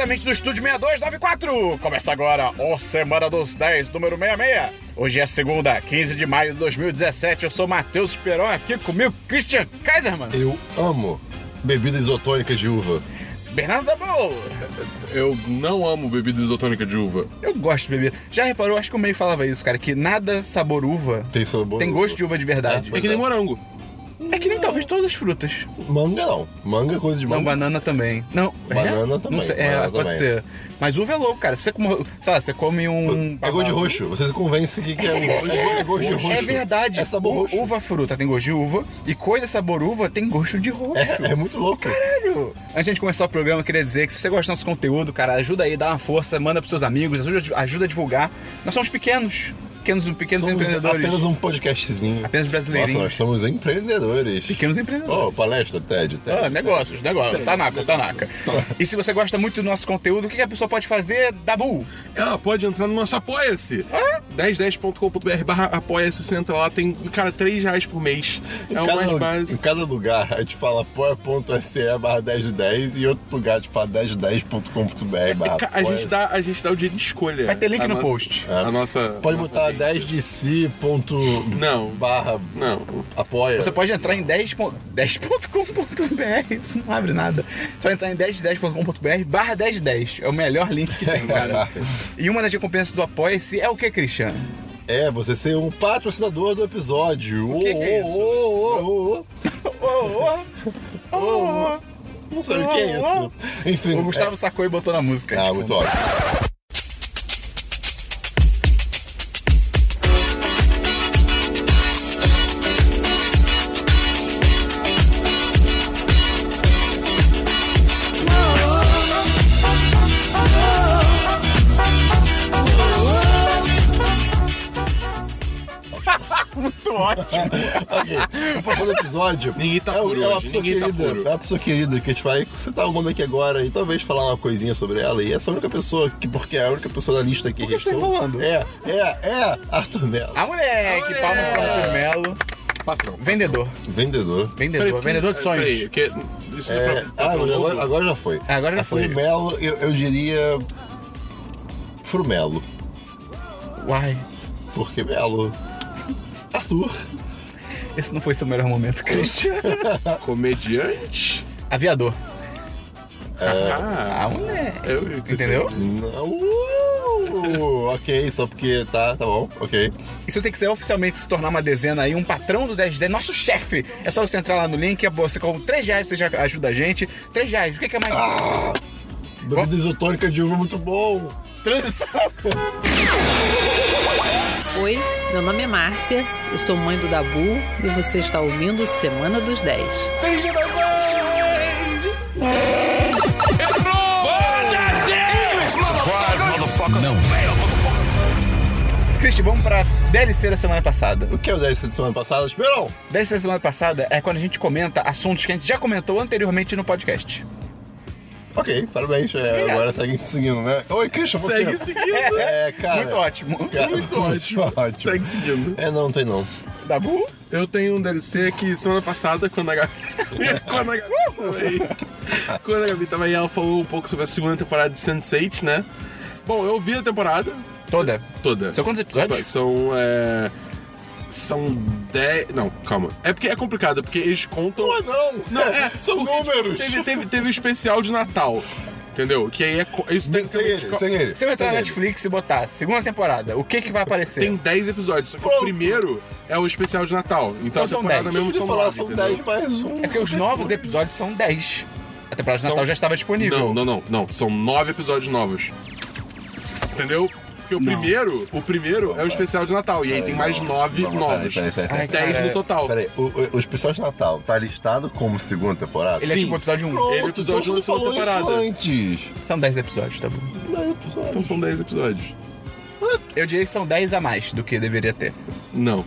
ouvinte do Estúdio 6294. Começa agora o Semana dos 10, número 66. Hoje é segunda, 15 de maio de 2017. Eu sou Matheus Esperon, aqui comigo, Christian Kaiserman, Eu amo bebida isotônica de uva. Bernardo Dabu. Eu não amo bebida isotônica de uva. Eu gosto de beber. Já reparou? Acho que o meio falava isso, cara, que nada sabor uva Tem sabor. tem gosto de uva de verdade. É que nem morango. É que nem talvez todas as frutas. Manga não. Manga é coisa de Não, manga. banana também. Não, é? Banana Não também, sei, é, banana pode também. ser. Mas uva é louco, cara. Você come, sei lá, você come um. É gosto de roxo. Você se convence que, que é, é gosto de roxo. É verdade. É sabor U- roxo. Uva fruta tem gosto de uva e coisa sabor uva tem gosto de roxo. É, é muito louco. Sério? Antes de começar o programa, eu queria dizer que se você gosta do nosso conteúdo, cara, ajuda aí, dá uma força, manda pros seus amigos, ajuda, ajuda a divulgar. Nós somos pequenos, pequenos, pequenos Somos empreendedores. apenas um podcastzinho. Apenas brasileirinhos. Nossa, nós somos empreendedores. Pequenos empreendedores. Oh, palestra, TED, TED. Ah, negócios, negócios. Tanaka, Tanaka. E se você gosta muito do nosso conteúdo, o que que a pessoa pode fazer? Dabu. Ela É, pode entrar no nosso Apoia-se. É? 1010.com.br barra Apoia-se, você entra lá, tem, cara, 3 reais por mês. É o cada, um. mais lu- em básico. cada lugar a gente fala apoia.se barra 1010 e em outro lugar a gente fala 1010.com.br barra Ca- A gente, apoia-se. dá, a gente dá o dia de escolha. Vai ter link A no no- post. A nossa. É. Pode nossa botar agência. 10 de si ponto Não. barra Não. apoia. Você pode entrar em 10.com.br, 10. isso não abre nada. Só entrar em 1010.com.br barra 1010. É o melhor link que tem, cara. e uma das recompensas do Apoia-se é o que, Christian? É, você ser um patrocinador do episódio. que que é isso? Ô, ô, ô, ô, ô. Oh, oh, Não sei o que é isso. Enfim. oh. O Gustavo sacou e botou na música. é- Ah, tipo. muito óbvio. Muito ótimo. Ok, o papo do episódio. Ninguém tá é, o- puro é uma hoje, pessoa ninguém tá querida. puro. é uma pessoa querida que a gente vai citar o nome aqui agora e talvez falar uma coisinha sobre ela. E essa é única pessoa, que, porque é a única pessoa da lista que que você tá restou, enrolando? Ah. É, é, é Arthur Mello. A moleque, A palmas para o Arthur moleque. Melo. Patrão. Vendedor. Vendedor. Vendedor, vendedor de sonhos. Peraí, que isso não É, é pra- ah, pra- mas agora, agora já foi. É, Agora já Arthur foi. Mello, eu, eu diria. Frumelo. Uai, Porque Melo. Arthur. esse não foi seu melhor momento, Christian. Comediante? Aviador. Ah, É. Ah, moleque. eu, Entendeu? Não. Uh, ok, só porque tá, tá bom, ok. E se você quiser oficialmente se tornar uma dezena aí, um patrão do 1010, nosso chefe, é só você entrar lá no link, você com 3 reais você já ajuda a gente. 3 reais, o que que é mais? Ah. Bebida isotônica de uva é muito bom. Transição. Oi, meu nome é Márcia, eu sou mãe do Dabu e você está ouvindo Semana dos 10. Beijo da mãe! Cristi, vamos pra DLC da semana passada. O que é o 10 de semana passada? Esperão! DLC da semana passada é quando a gente comenta assuntos que a gente já comentou anteriormente no podcast. Ok, parabéns. é, Obrigado. agora segue seguindo, né? Oi, Christian, você. Segue seguindo. É, cara. Muito ótimo. Cara, Muito ótimo. Segue seguindo. É, não, tem não. Dabu? Eu tenho um DLC que semana passada, quando a Gabi. quando a Gabi tava aí. Quando a Gabi tava aí, ela falou um pouco sobre a segunda temporada de Sense8, né? Bom, eu vi a temporada Toda. toda. São quantos episódios? São. É... São 10. Não, calma. É porque é complicado, porque eles contam. Pô, não! Não, é, São porque, tipo, números! Teve, teve, teve o especial de Natal. Entendeu? Que aí é. co- Isso tem, Sem ele, sem ele. Se eu entrar sem na ele. Netflix e botar segunda temporada, o que que vai aparecer? tem 10 episódios. Só que Pronto. o primeiro é o especial de Natal. Então, Então a são temporada 10. mesmo Se são eu falar, nove, são entendeu? 10 mais um. É porque os novos episódios são 10. A temporada de Natal São- já estava disponível. Não, não, não, não. São nove episódios novos. Entendeu? Porque o primeiro, o primeiro é o especial de Natal. E aí tem mais nove Não, novos. Peraí, peraí, Ai, peraí. Dez cara, no total. Peraí, o, o, o especial de Natal tá listado como segunda temporada? Ele é Sim. tipo o episódio 1. Pronto, Ele é o episódio então da você não falou segunda temporada. isso antes. São 10 episódios, tá bom. Então são dez episódios. Eu diria que são 10 a mais do que deveria ter. Não.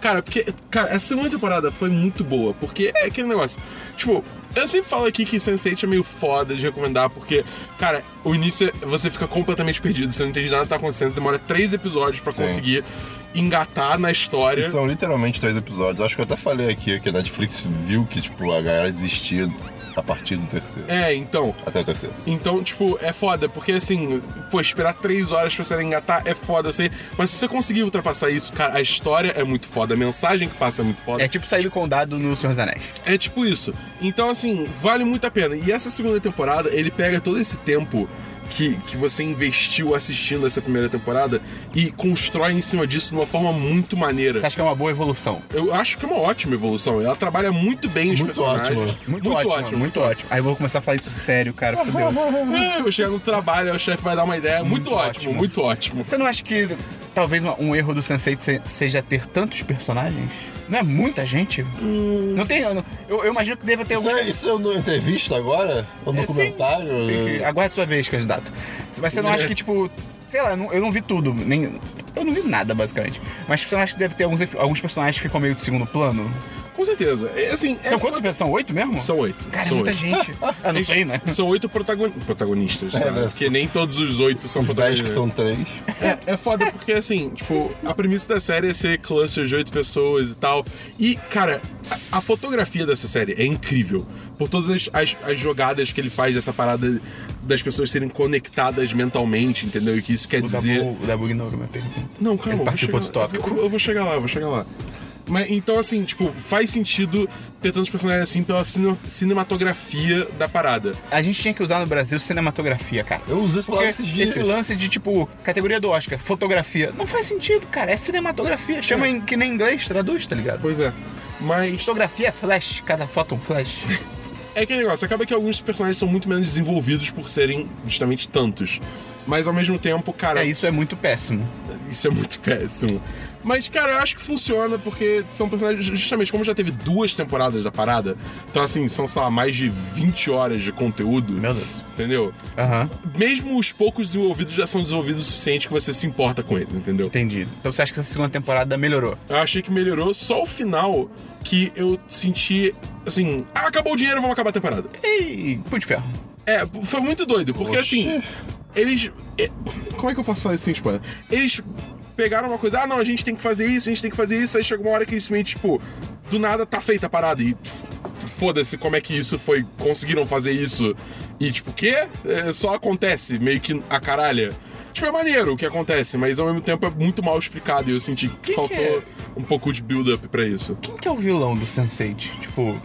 Cara, porque. Cara, a segunda temporada foi muito boa, porque é aquele negócio. Tipo, eu sempre falo aqui que Sense8 é meio foda de recomendar, porque, cara, o início é- você fica completamente perdido, você não entende nada que tá acontecendo, você demora três episódios pra conseguir engatar na história. Eles são literalmente três episódios. Acho que eu até falei aqui que a Netflix viu que, tipo, a galera desistia A partir do terceiro. É, então. Até o terceiro. Então, tipo, é foda, porque assim, pô, esperar três horas pra você engatar é foda, eu sei. Mas se você conseguir ultrapassar isso, cara, a história é muito foda, a mensagem que passa é muito foda. É tipo sair do condado no Senhor dos Anéis. É tipo isso. Então, assim, vale muito a pena. E essa segunda temporada, ele pega todo esse tempo que, que você investiu assistindo essa primeira temporada e constrói em cima disso de uma forma muito maneira. Você acha que é uma boa evolução? Eu acho que é uma ótima evolução. Ela trabalha muito bem os Muito personagens. ótimo. Muito, ótimo, muito ótimo. Aí eu vou começar a falar isso sério, cara, fudeu. É, eu vou chegar no trabalho, aí o chefe vai dar uma ideia. Muito, ótimo, ótimo. muito ótimo. Você não acha que talvez uma- um erro do Sensei se- seja ter tantos personagens? Não é muita gente? Não tem. Eu, eu imagino que deva ter Isso alguns. é, isso é uma entrevista agora? Um É, sim. documentário? Sim, aguarde sua vez, candidato. Mas você não acha que, tipo. Sei lá, eu não, eu não vi tudo. Nem, eu não vi nada, basicamente. Mas você não acha que deve ter alguns, alguns personagens que ficam meio de segundo plano? Com certeza. É, assim, é São quantos personagens? São oito mesmo? São oito. Cara, é são muita oito. gente. Ah, não sei, né? São oito protagoni- protagonistas, É, sabe? né? Porque nem todos os oito são Os 10 que protagonistas. são três. É, é foda porque, assim, tipo, a premissa da série é ser cluster de oito pessoas e tal. E, cara, a, a fotografia dessa série é incrível. Por todas as, as- as jogadas que ele faz dessa parada das pessoas serem conectadas mentalmente, entendeu? E que isso quer O dizer. Dabu, o Dabu ignorou minha pergunta. Não, calma, Ele eu vou partiu chegar, pro outro tópico. Eu, vou- eu vou chegar lá, eu vou chegar lá. Mas então, assim, tipo, faz sentido ter tantos personagens assim pela cine- cinematografia da parada. A gente tinha que usar no Brasil cinematografia, cara. Eu usei essa Porque palavra esses dias. esse lance de, tipo, categoria do Oscar, fotografia, não faz sentido, cara. É cinematografia. Chama em- que nem inglês, traduz, tá ligado? Pois é. Mas Fotografia é flash, cada foto é um flash. é aquele negócio, acaba que alguns personagens são muito menos desenvolvidos por serem justamente tantos. Mas ao mesmo tempo, cara, É, isso é muito péssimo. isso é muito péssimo. Mas, cara, eu acho que funciona porque são personagens. Justamente, como já teve duas temporadas da parada, então, assim, são, sei lá, mais de 20 horas de conteúdo. Meu Deus. Entendeu? Aham, mesmo os poucos desenvolvidos já são desenvolvidos o suficiente que você se importa com eles, entendeu? entendi. Então você acha que essa segunda temporada melhorou? Eu achei que melhorou só o final que eu senti assim, ah, acabou o dinheiro, vamos acabar a temporada. Ei, punho de ferro. É, foi muito doido, porque Oxi. assim, eles é, como é que eu posso falar isso sem spoiler? Eles pegaram uma coisa, ah, não, a gente tem que fazer isso, a gente tem que fazer isso, aí chega uma hora que eles meio tipo, do nada tá feita a parada e f- foda-se como é que isso foi, conseguiram fazer isso. E tipo, o quê? É, só acontece, meio que a caralha. Tipo, é maneiro o que acontece, mas ao mesmo tempo é muito mal explicado e eu senti que que faltou é? um pouco de build-up pra isso. Quem que é o vilão do Sense8? Tipo,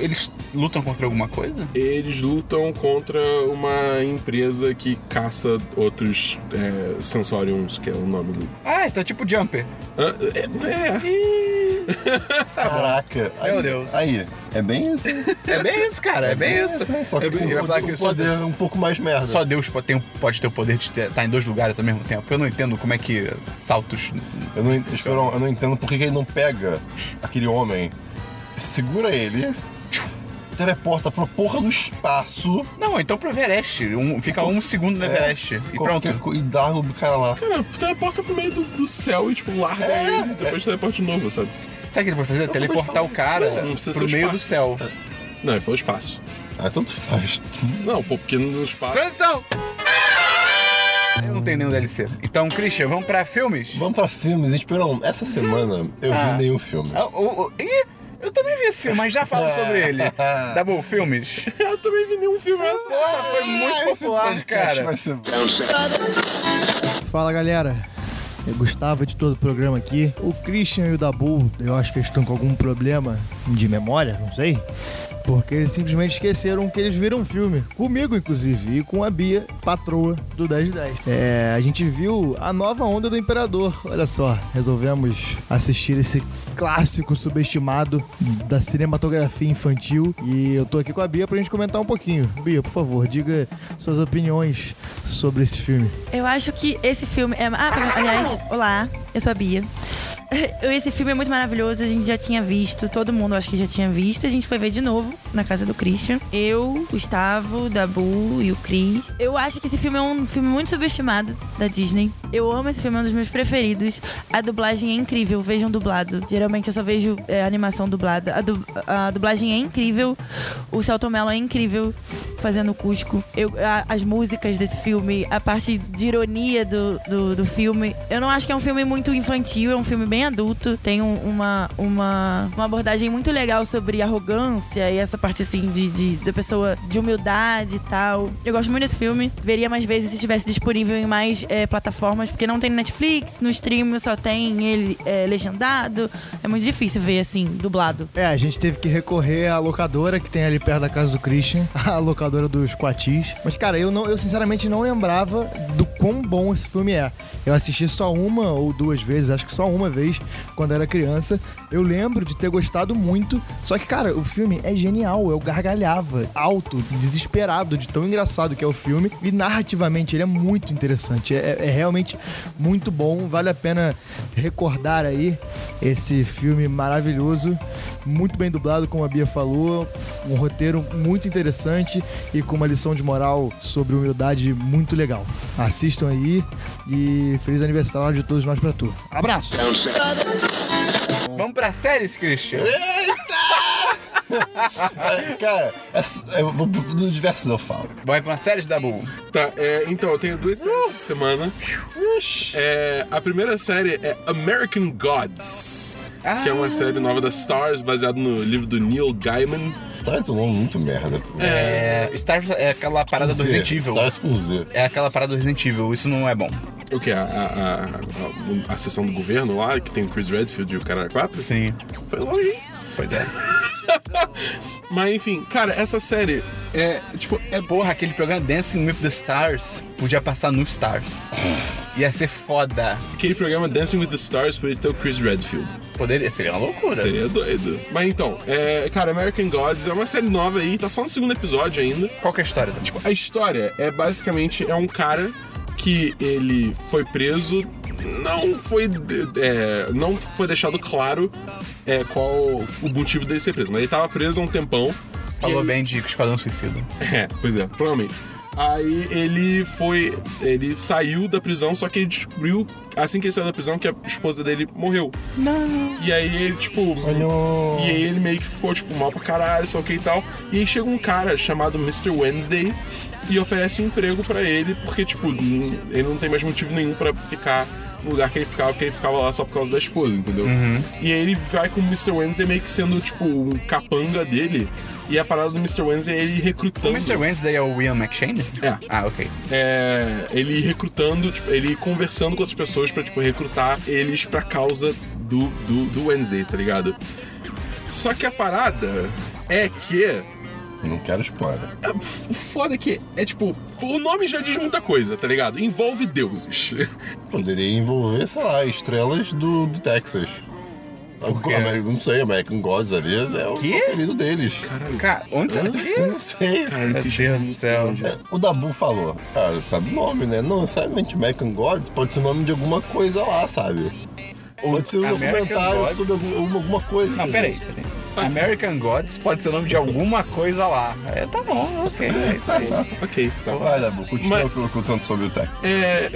eles lutam contra alguma coisa? Eles lutam contra uma empresa que caça outros é, sensoriums, que é o nome do. Ah, então é tipo Jumper. Ah, é, é. Ih, Caraca. Aí, tá Meu Deus. Aí, é bem isso. É bem isso, cara, é bem isso. né? Só que É bem- com eu ia falar que um só- poder um pouco mais merda. Só Deus pode ter, um, pode ter o poder de estar em dois lugares ao mesmo tempo. Eu não entendo como é que saltos. Eu não, ent- Esperão, eu não entendo por que que ele não pega aquele homem, segura ele, tchum, teleporta pra porra do espaço é, Não, então pro Everest. Um, fica um segundo no Everest. e pronto. qualquer co- e dá o cara lá. Cara, teleporta pro meio do, do céu e, tipo, larga ele, depois teleporta de novo, sabe? Sabe o que ele pode fazer? acabei de Teleportar falar. o cara Não, não precisa pro ser meio espaço. do céu. Não, ele falou espaço. Ah, tanto faz. Não, pô, porque no espaço. Transição! Eu não tenho nenhum DLC. Então, Christian, vamos pra filmes? Vamos pra filmes. Esperão, essa semana eu Uhum. Ah. vi nenhum filme. Ah, o- o- ih, eu também vi esse filme, mas já falo sobre ele. Tá bom, filmes. Eu também vi nenhum filme assim. essa. Porra, foi muito popular, Acho que cara. vai ser- Fala galera, é Gustavo, editor do programa aqui. O Christian e o Dabu, eu acho que eles estão com algum problema de memória, não sei. Porque eles simplesmente esqueceram que eles viram um filme. Comigo, inclusive, e com a Bia, patroa do 10 de 10. É, a gente viu a nova onda do Imperador. Olha só, resolvemos assistir esse clássico subestimado da cinematografia infantil. E eu tô aqui com a Bia pra gente comentar um pouquinho. Bia, por favor, diga suas opiniões sobre esse filme. Eu acho que esse filme é. Ah, perdão, aliás, olá, eu sou a Bia. Esse filme é muito maravilhoso, a gente já tinha visto, todo mundo acho que já tinha visto. A gente foi ver de novo na casa do Christian. Eu, Gustavo, Dabu e o Cris. Eu acho que esse filme é um filme muito subestimado da Disney. Eu amo esse filme, é um dos meus preferidos. A dublagem é incrível, vejam dublado. Geralmente eu só vejo é, animação dublada. A, du- a dublagem é incrível. O Celton Mello é incrível fazendo o Cusco. Eu- a- as músicas desse filme, a parte de ironia do, do, do filme. Eu não acho que é um filme muito infantil, é um filme bem adulto. Tem um- uma, uma, uma abordagem muito legal sobre arrogância e essa parte assim de, de- da pessoa de humildade e tal. Eu gosto muito desse filme. Veria mais vezes se estivesse disponível em mais eh, plataformas, porque não tem no Netflix, no stream só tem ele eh, legendado. É muito difícil ver assim, dublado. É, a gente teve que recorrer à locadora que tem ali perto da casa do Christian, a locadora dos Quatis. Mas, cara, eu, não, eu sinceramente não lembrava do quão bom esse filme é. Eu assisti só uma ou duas vezes, acho que só uma vez, quando era criança. Eu lembro de ter gostado muito, só que, cara, o filme é genial. Eu gargalhava alto, desesperado, de tão engraçado que é o filme. E narrativamente ele é muito interessante, é, é realmente muito bom. Vale a pena recordar aí esse filme maravilhoso, muito bem dublado, como a Bia falou, um roteiro muito interessante e com uma lição de moral sobre humildade muito legal. Assistam aí e feliz aniversário de todos nós pra tu. Abraço! Vamos pra séries, Christian? Cara, essa- eu vou dos diversos eu falo. Vai pra séries, Dabu? Tá, é, então, eu tenho duas séries essa semana. É, a primeira série é American Gods. Que é uma série nova da Stars, baseada no livro do Neil Gaiman. Stars é um nome muito merda. É, Star é aquela parada do Z, Resident Evil. Stars com Z. É aquela parada do Resident Evil, isso não é bom. O que? A, a, a, a sessão do governo lá, que tem o Chris Redfield e o Cara 4? Sim. Foi longe, hein? Pois é. Mas enfim, cara, essa série é, tipo, é Porra, aquele programa Dancing with the Stars podia passar no Stars. Ia ser foda. aquele programa Dancing with the Stars poderia ter o Chris Redfield. Poderia, seria uma loucura. Seria doido. Mas então, é, cara, American Gods é uma série nova aí, tá só no segundo episódio ainda. Qual que é a história? Dabu? A história é basicamente é um cara que ele foi preso, não foi é, não foi deixado claro é, qual o motivo dele ser preso, mas ele tava preso há um tempão. e Falou ele- bem de Esquadrão Suicida. É, pois é, provavelmente. Aí ele foi. Ele saiu da prisão, só que ele descobriu, assim que ele saiu da prisão, que a esposa dele morreu. Não. E aí ele, tipo. E aí ele meio que ficou, tipo, mal pra caralho, só que e tal. E aí chega um cara chamado Mr. Wednesday e oferece um emprego pra ele, porque, tipo, n- ele não tem mais motivo nenhum pra ficar no lugar que ele ficava, porque ele ficava lá só por causa da esposa, entendeu? E aí ele vai com o Mr. Wednesday meio que sendo, tipo, um capanga dele. E a parada do Mr. Wednesday é ele O recrutando. Mr. Wednesday é o William McShane? É. Ah, ok. É, ele recrutando, tipo, ele conversando com outras pessoas pra tipo recrutar eles pra causa do, do, do Wednesday, tá ligado? Só que a parada é que Não quero spoiler. o foda é que é tipo, o nome já diz muita coisa, tá ligado? Envolve deuses. Poderia envolver, sei lá, estrelas do, do Texas. quê? Ameri- Não sei, American Gods ali é o Quê? apelido deles. Cara, onde você... Eu Não sei. Caralho, Meu Deus do céu. O Dabu falou, cara, tá no nome, né? Não necessariamente American Gods, pode ser o nome de alguma coisa lá, sabe? Pode ser um American documentário Gods? sobre alguma, alguma coisa. Não, peraí, peraí. American Gods pode ser o nome de alguma coisa lá. É, tá bom, ok, é isso aí. Ok, tá bom. Vai, Dabu, continua Mas- pelo contando sobre o Texas. É,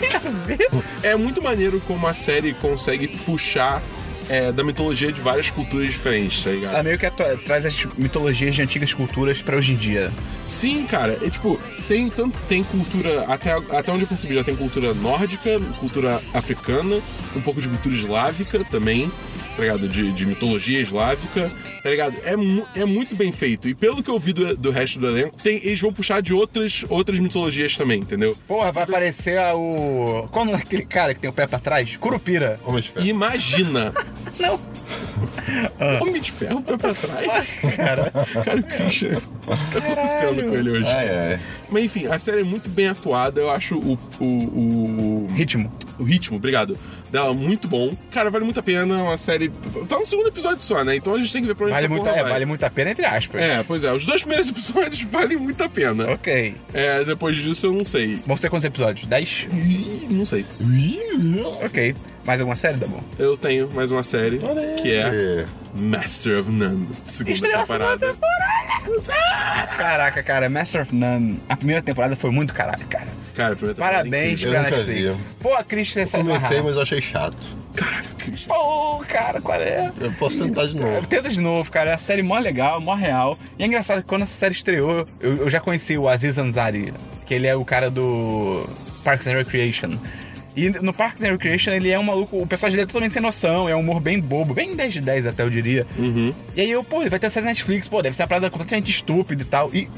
Tem a ver? é muito maneiro como a série consegue puxar é, da mitologia de várias culturas diferentes, tá ligado? Ela meio que atua- traz as mitologias de antigas culturas pra hoje em dia. Sim, cara, é tipo, tem tanto tem cultura, até, até onde eu percebi, já tem cultura nórdica, cultura africana, um pouco de cultura eslávica também, tá ligado? De, de mitologia eslávica, tá ligado? É, mu- é muito bem feito. E pelo que eu vi do, do resto do elenco, tem, eles vão puxar de outras, outras mitologias também, entendeu? Porra, vai aparecer a- o. Qual o nome daquele cara que tem o pé pra trás? Curupira. Homem de Ferro. Imagina! Não. Homem de ferro foi pra trás. Cara, Cara, o Christian, o que tá acontecendo com ele hoje? Ai, ai. Mas enfim, a série é muito bem atuada, eu acho o- o, o ritmo. O ritmo, obrigado. Dela muito bom. Cara, vale muito a pena. É uma série. Tá no segundo episódio só, né? Então a gente tem que ver pra onde Vale essa muito, porra é, vai. vale muito a pena, entre aspas. É, pois é. Os dois primeiros episódios valem muito a pena. Ok. É, depois disso eu não sei. Vão ser quantos episódios? 10? Ih, Não sei. Ok. Mais alguma série, Tá Dabu? Eu tenho mais uma série que é É. Master of None, segunda Estreou a segunda temporada. Caraca, cara, Master of None. A primeira temporada foi muito caralho, cara. Cara, a primeira temporada é Parabéns Eu pra nunca Netflix. vi. Pô, a Christian é saiu Comecei, amarrada. mas eu achei chato. Caralho, Christian. Pô, cara, qual é? Eu posso tentar de novo. Tenta de novo, cara. É uma série mó legal, mó real. E é engraçado que quando essa série estreou, eu, eu já conheci o Aziz Ansari, que ele é o cara do Parks and Recreation. E no Parks and Recreation ele é um maluco, o pessoal dele é totalmente sem noção, é um humor bem bobo, bem 10 de 10 até eu diria. Uhum. E aí eu, pô, vai ter a série Netflix, pô, deve ser uma parada completamente estúpida e tal. E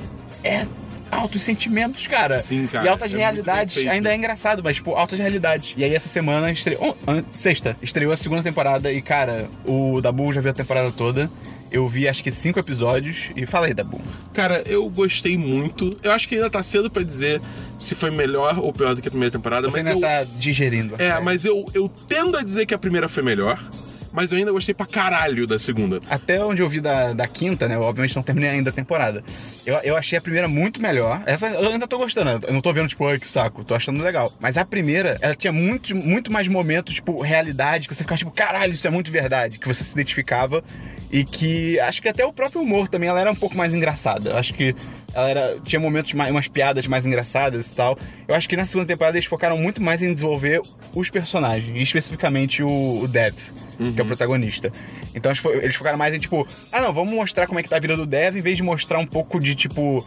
é altos sentimentos, cara. Sim, cara. E altas É muito bem realidades. feito. Ainda é engraçado, mas, tipo, altas realidades. E aí essa semana estreou. on- an- Sexta, estreou a segunda temporada e, cara, o Dabu já viu a temporada toda. Eu vi acho que cinco episódios e falei, Dabu. Cara, eu gostei muito. Eu acho que ainda tá cedo pra dizer se foi melhor ou pior do que a primeira temporada, Você mas ainda eu. tá digerindo. a É, série. mas eu, eu tendo a dizer que a primeira foi melhor, mas eu ainda gostei pra caralho da segunda. Até onde eu vi da, da quinta, né? Eu, obviamente não terminei ainda a temporada. Eu, eu achei a primeira muito melhor. Essa eu ainda tô gostando. Eu não tô vendo, tipo, ai, que saco. Tô achando legal. Mas a primeira, ela tinha muito, muito mais momentos, tipo, realidade, que você ficava, tipo, caralho, isso é muito verdade. Que você se identificava. E que acho que até o próprio humor também, ela era um pouco mais engraçada. Eu acho que ela era, tinha momentos, mais, umas piadas mais engraçadas e tal. Eu acho que na segunda temporada eles focaram muito mais em desenvolver os personagens, e especificamente o, o Dev que é Uhum. o protagonista. Então eles fo- eles focaram mais em tipo, ah não, vamos mostrar como é que tá a vida do Dev, em vez de mostrar um pouco de tipo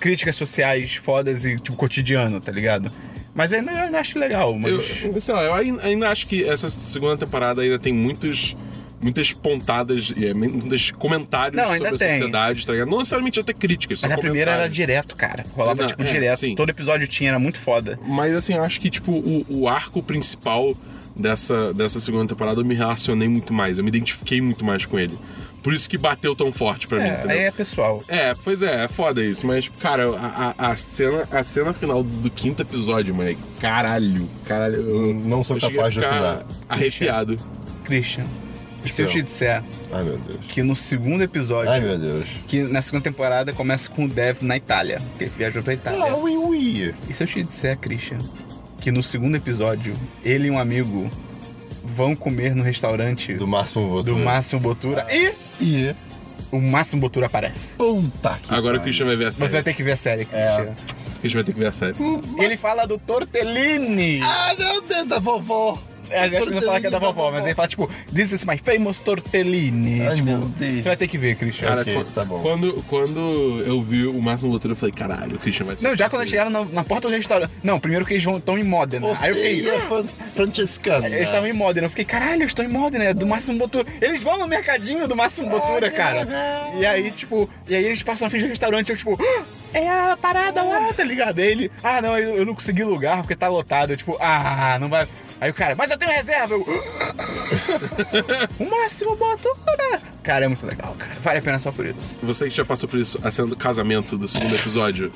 críticas sociais fodas e tipo cotidiano, tá ligado? Mas eu ainda, eu ainda acho legal, mas. Eu, sei lá, eu ain- ainda acho que essa segunda temporada ainda tem muitos. Muitas pontadas, é, muitos comentários Não, ainda sobre a tem. sociedade, tá ligado? Não necessariamente até críticas, só Mas a primeira era comentários. direto, cara. Rolava Não, tipo é, direto. sim. Todo episódio tinha, era muito foda. Mas assim, eu acho que tipo o, o arco principal dessa, dessa segunda temporada eu me relacionei muito mais, eu me identifiquei muito mais com ele. Por isso que bateu tão forte pra mim, É, entendeu? aí é pessoal. É, pois é, é foda isso, mas, cara, a, a- a cena, a cena final do quinto episódio, moleque, caralho, caralho. Eu, Não sou eu cheguei a capaz de ficar opinar. Arrepiado. Christian, se eu te disser Ai, meu Deus. que no segundo episódio, Ai, meu Deus. que na segunda temporada começa com o Dev na Itália, que ele viajou pra Itália. Ah, ui, ui. E se eu te disser, Christian, que no segundo episódio, ele e um amigo vão comer no restaurante Do do, máximo voto. Máximo Botura e E. o Máximo Botura aparece. Puta que. Agora o Christian vai ver a série. Você vai ter Hum. que ver a É. série, Christian. O Christian vai ter que ver a série. Ele fala do Tortellini. Ah, meu Deus, da vovó. É, acho que não fala que é da vovó, mas ele fala tipo, this is my famous Tortellini. Ai, Tipo, meu Deus. Você vai ter que ver, Christian. Cara, Ok, quan- tá bom. Quando, quando eu vi o Máximo Lotura, eu falei, caralho, o Christian vai ser. Não, já quando eles chegaram na, na porta do restaurante. Não, primeiro que eles estão em Modena. Aí eu fiquei. Osteria fran- francescana. Eles estavam em Modena. Eu fiquei, caralho, eu estou em Modena, é do Máximo Botura. Eles vão no mercadinho do Máximo Botura, cara. E aí, tipo, e aí eles passam na frente do restaurante, eu, tipo, "Ah, é a parada lá, tá ligado? Aí Ele, ah, não, eu, eu não consegui lugar porque tá lotado. Eu, tipo, ah, não vai. Aí o cara, mas eu tenho reserva. Eu, "Ah." o Máximo Botura. Cara, é muito legal, cara. Vale a pena só por isso. Você que já passou por isso, a cena do casamento do segundo episódio,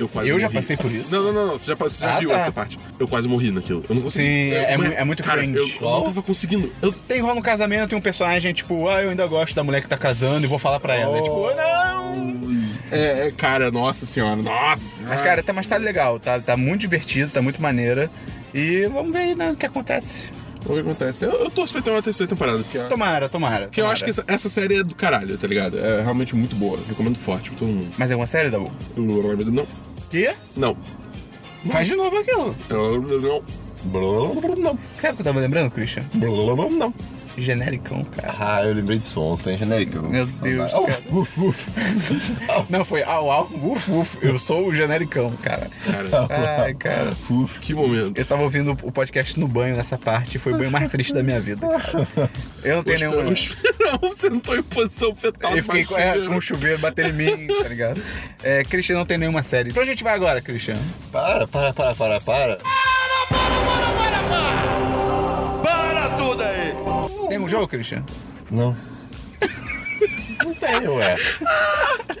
eu quase Ah. Eu já morri. passei por isso? Não, não, não, não, você já, passou- você já Ah, viu tá. essa parte. Eu quase morri naquilo. Eu não consegui. Sim, eu, é- é mas- mu- é muito cara, cringe. eu, eu não tava conseguindo. Eu, Tem rola um casamento e um personagem, tipo, ah, eu ainda gosto da mulher que tá casando e vou falar pra ela. É, tipo, não! é, é, cara, nossa senhora, nossa. Mas, cara, tá, mas tá legal, tá, tá muito divertido, tá muito maneira. E vamos ver aí, né, o que acontece. O é que acontece? Eu, eu torço pra ter uma terceira temporada, porque, eu- Tomara, tomara. porque eu tomara. acho que essa, essa série é do caralho, tá ligado? É realmente muito boa. Recomendo forte pra todo mundo. Mas é uma série, Dabu? Não, Que? não, Faz de novo aquilo. não. Blum, Não. Sabe o que eu tava lembrando, Christian? blum, blum, não. Genericão, cara. Ah, eu lembrei disso ontem, genérico. Meu Deus, Ah, cara. Uf, uf, uf. Não, foi au au, uf, uf. Eu sou o genericão, cara. Cara, Ai, cara. Uf. que momento. Eu tava ouvindo o podcast no banho nessa parte. Foi o banho mais triste da minha vida, cara. Eu não tenho Eu nenhuma. espero- Não, você não tá em posição fetal. Eu fiquei debaixo com, do é, chuveiro. com o chuveiro bater em mim, tá ligado? É, Christian não tem nenhuma série. Pra onde a gente vai agora, Christian? Para, para, para, para, para. Tem um jogo, Christian? Não. Não tem, ué.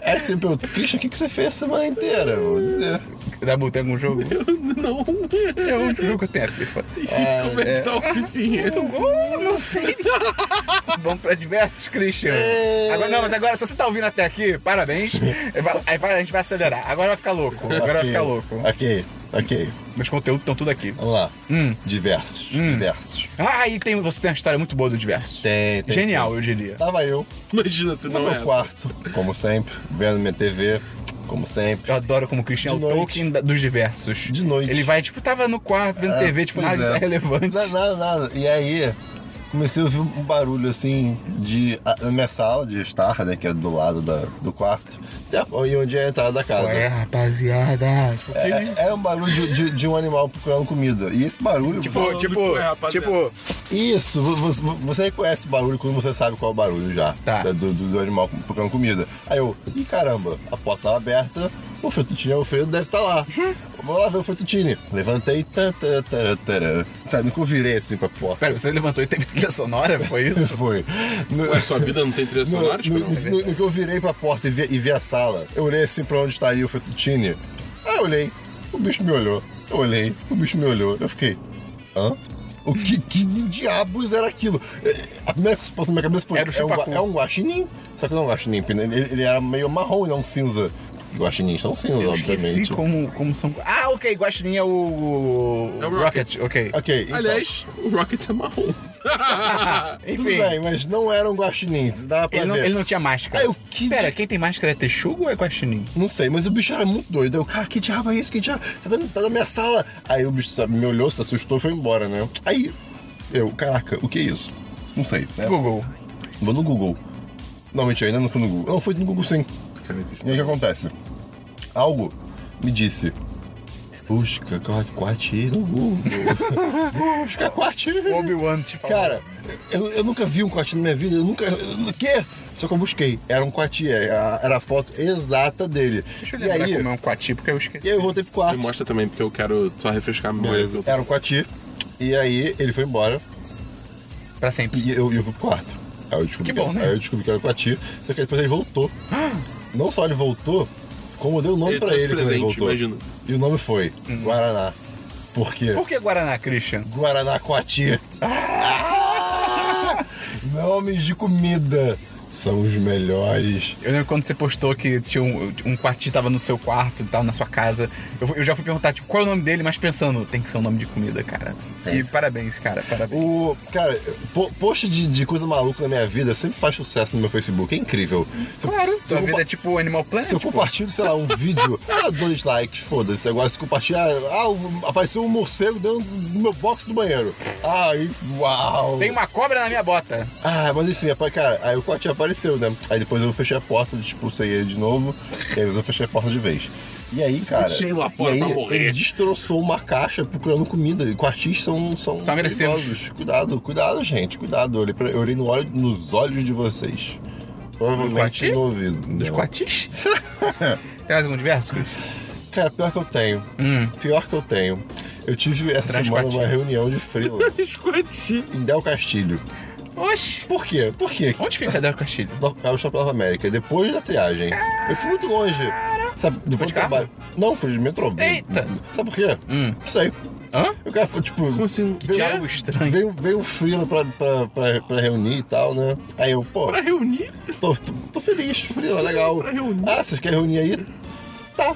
Aí você me pergunta, Christian, o que, que você fez a semana inteira? Eu Vou dizer. Dabu, tem tá algum jogo? Não. É o único jogo que eu tenho, é FIFA. Como é que tá o fifinha? Oh, não sei. Vamos pra diversos, Christian. É. Agora, não, mas agora, se você tá ouvindo até aqui, parabéns. É, Vai- Aí vai- a gente vai acelerar. Agora vai ficar louco. Agora vai Tá Ok, ficar louco. Ok, ok. Meus conteúdos estão tudo aqui. Vamos lá. Hum. Diversos, diversos. Ah, e tem, você tem uma história muito boa do diverso. Tem, tem. Genial, sim. eu diria. Tava eu Imagina se no não meu é. essa. quarto, como sempre, vendo minha TV. como sempre. Eu adoro como o Christian é o De noite. Tolkien da- dos diversos. De noite. Ele vai, tipo, tava no quarto vendo Ah, TV, tipo, pois nada disso é relevante. Nada, nada, nada. E aí, comecei a ouvir um barulho assim de. a- na minha sala de estar, né? Que é do lado da- do quarto. E onde é a entrada da casa. Ué, rapaziada. Tipo, É, é um barulho de, de- de um animal procurando comida. E esse barulho. Tipo, tipo, Ué, rapaziada. tipo, Isso, vo- vo- você reconhece o barulho quando você sabe qual é o barulho já. Tá. da- Do, do- do animal procurando comida. Aí eu, ih caramba, a porta tava aberta, o fetutine é o feio, deve estar lá. Hum? Vou lá ver o fetutine. Levantei, tan, tan, tan, tan. sabe, nunca eu virei assim pra porta. Pera, você levantou e teve trilha sonora? Foi isso? Foi. No- Ué, sua vida não tem trilha no, sonora? no- Tipo, não. no- no- no que eu virei pra porta e vi, e vi a sala, eu olhei assim pra onde estaria o fettuccine. Aí eu olhei, o bicho me olhou. Eu olhei, o bicho me olhou. Eu fiquei, hã? O que, que diabos era aquilo? Eh, A primeira coisa que passou na minha cabeça foi: Era o é, um, gua- chupacu. é um guaxinim. Só que não é um guaxinim, porque ele, ele era meio marrom, não cinza. Guaxinins são cinza, Eu esqueci obviamente. como, como são. Ah, ok, Guaxinim é o. É o Rocket. Rocket. ok. Ok, então. Aliás, o Rocket é marrom. Enfim. tudo bem, mas não eram guaxinins, dava pra Ele não, ver. ele não tinha máscara. Ah, eu que- Pera, quem tem máscara é Texugo ou é Guaxinim? Não sei, mas o bicho era muito doido. Eu, cara, que diabo é isso? Que diabo? Você tá, tá na minha sala. Aí o bicho sabe, me olhou, se assustou e foi embora, né? Aí eu, caraca, o que é isso? Não sei, né? É Google. Vou no Google. Não, mentira, ainda não fui no Google. Não, fui no Google sim. E aí o que acontece? Algo me disse. Busca quartilha no Google. Busca quartilha. O Obi-Wan te falou. Cara, eu, eu nunca vi um quartinho na minha vida, eu nunca. eu- O quê? Só que eu busquei. Era um quartinho, era era a foto exata dele. Deixa eu e lembrar aí, como é um coati, porque eu e esqueci. aí eu voltei pro quarto. Me mostra também, porque eu quero só refrescar a memória. Beleza. Era um quartinho. E aí ele foi embora Pra sempre. e eu, e eu fui pro quarto. Aí eu descobri Que bom, né? aí eu descobri que era um quartinho. Só que depois ele voltou. Não só ele voltou, como eu dei o nome Ele pra trouxe ele quando ele presente, voltou. imagino. E o nome foi Guaraná. Por quê? Por que Guaraná, Christian? Guaraná com a tia. Ah! Nomes de comida são os melhores. Eu lembro quando você postou que tinha um, um quarti tava no seu quarto e tal, na sua casa. Eu, eu já fui perguntar, tipo, qual é o nome dele, mas pensando, tem que ser um nome de comida, cara. É. E parabéns, cara, parabéns. O, cara, po- post de, de coisa maluca na minha vida sempre faz sucesso no meu Facebook. É incrível. Se eu- se eu Sua vida compa- é tipo Animal Planet? Se eu compartilho, sei lá, um vídeo, ah, dois likes, foda-se. Agora se compartilhar, ah, o- apareceu um morcego dentro do meu box do banheiro. Ai, uau! Tem uma cobra na minha bota. Ah, mas enfim, apa- cara, aí o quartinho apareceu, né? Aí depois eu fechei a porta, expulsei ele de novo, e aí eu fechei a porta de vez. E aí, cara. Deixei lá fora e aí, pra morrer. Ele destroçou uma caixa procurando comida. E quartis são. São São agressivos. perigosos. Cuidado, cuidado, gente, cuidado. Eu olhei, pra- eu olhei no olho, nos olhos de vocês. Provavelmente quarti? no ouvido. Dos Não. quartis? Tem mais algum diverso, Christian? Cara, pior que eu tenho. Hum. Pior que eu tenho. Eu tive essa Traz semana quarti. uma reunião de freela Biscoitinho. em Del Castilho. Oxi. Por quê? Por quê? Onde fica Del Castilho? No- É o Shopping Nova América, depois da triagem. Eu fui muito longe. Sabe, Foi depois de do trabalho. Não, fui de metrô. Eita. Hum. Sabe por quê? Não sei. Hã? Eu quero, tipo. Como assim? Que Quê? diabo estranho. Veio, veio o Frila pra, pra, pra, pra reunir e tal, né? Aí eu, pô, Pra reunir? tô, tô, tô feliz, Frila, legal. Pra reunir. Ah, vocês querem reunir aí? Tá,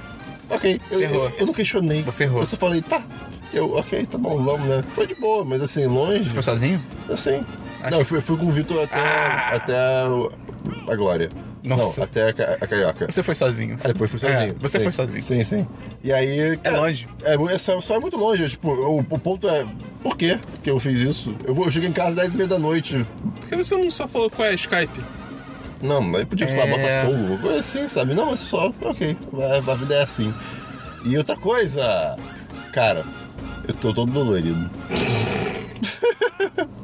ok. Eu, Errou. eu, eu não questionei. Você errou. Eu só falei, tá. Eu, ok, tá bom, vamos, né? Foi de boa, mas assim, longe. Foi sozinho? Eu sei. Acho- Não, eu fui, eu fui com o Vitor até, Ah! até o- a Glória. Nossa. Não, até a, Ca- a Carioca. Você foi sozinho. Ah, depois fui É, sozinho. você Sim. foi sozinho. Sim, sim. E aí. cara, longe. É, é só, só é muito longe. Tipo, o, o ponto é, por quê que eu fiz isso? Eu, vou, eu cheguei em casa às 10 e meia da noite. Por que você não só falou qual é Skype? Não, mas podia falar É. Botafogo, coisa assim, sabe? Não, mas só, ok, a, a vida é assim. E outra coisa, cara, eu tô todo dolorido.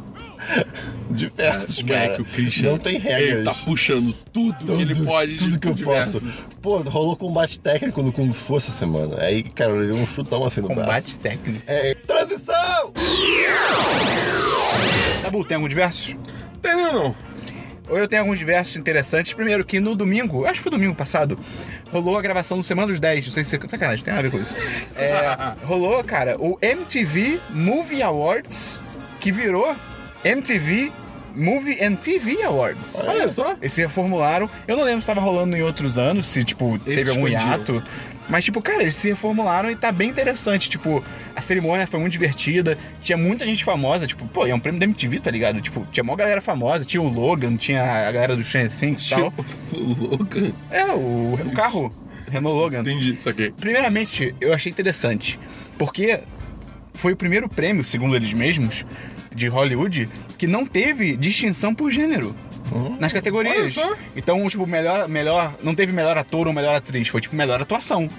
Diversos, Como cara. é que o Christian Não tem regras. Ele tá puxando tudo, que ele pode. tudo que eu de diversos. posso. Pô, rolou combate técnico no Kung Fu essa semana. Aí, cara, eu levei um chutão assim no Combate braço. técnico. É, transição! Tabu, Tá tem algum diverso? Entendeu não? Ou eu tenho alguns diversos interessantes. Primeiro, que no domingo, acho que foi domingo passado, rolou a gravação do Semana dos 10. Não sei se. Sacanagem, tem nada a ver com isso. É, rolou, cara, o MTV Movie Awards, que virou MTV Movie and TV Awards. Olha só. Eles se reformularam. Eu não lembro se tava rolando em outros anos, se, tipo, teve algum expandiram. hiato. Mas, tipo, cara, eles se reformularam e tá bem interessante. Tipo, a cerimônia foi muito divertida. Tinha muita gente famosa. Tipo, pô, é um prêmio da MTV, tá ligado? Tipo, tinha mó galera famosa. Tinha o Logan, tinha a galera do Stranger Things e tal. O Logan. É, o, o carro. Renan Logan. Entendi, saquei. Primeiramente, eu achei interessante, porque foi o primeiro prêmio, segundo eles mesmos, de Hollywood, que não teve distinção por gênero. Nas Olha categorias. só. Então, tipo, melhor, melhor. Não teve melhor ator ou melhor atriz, foi tipo melhor atuação.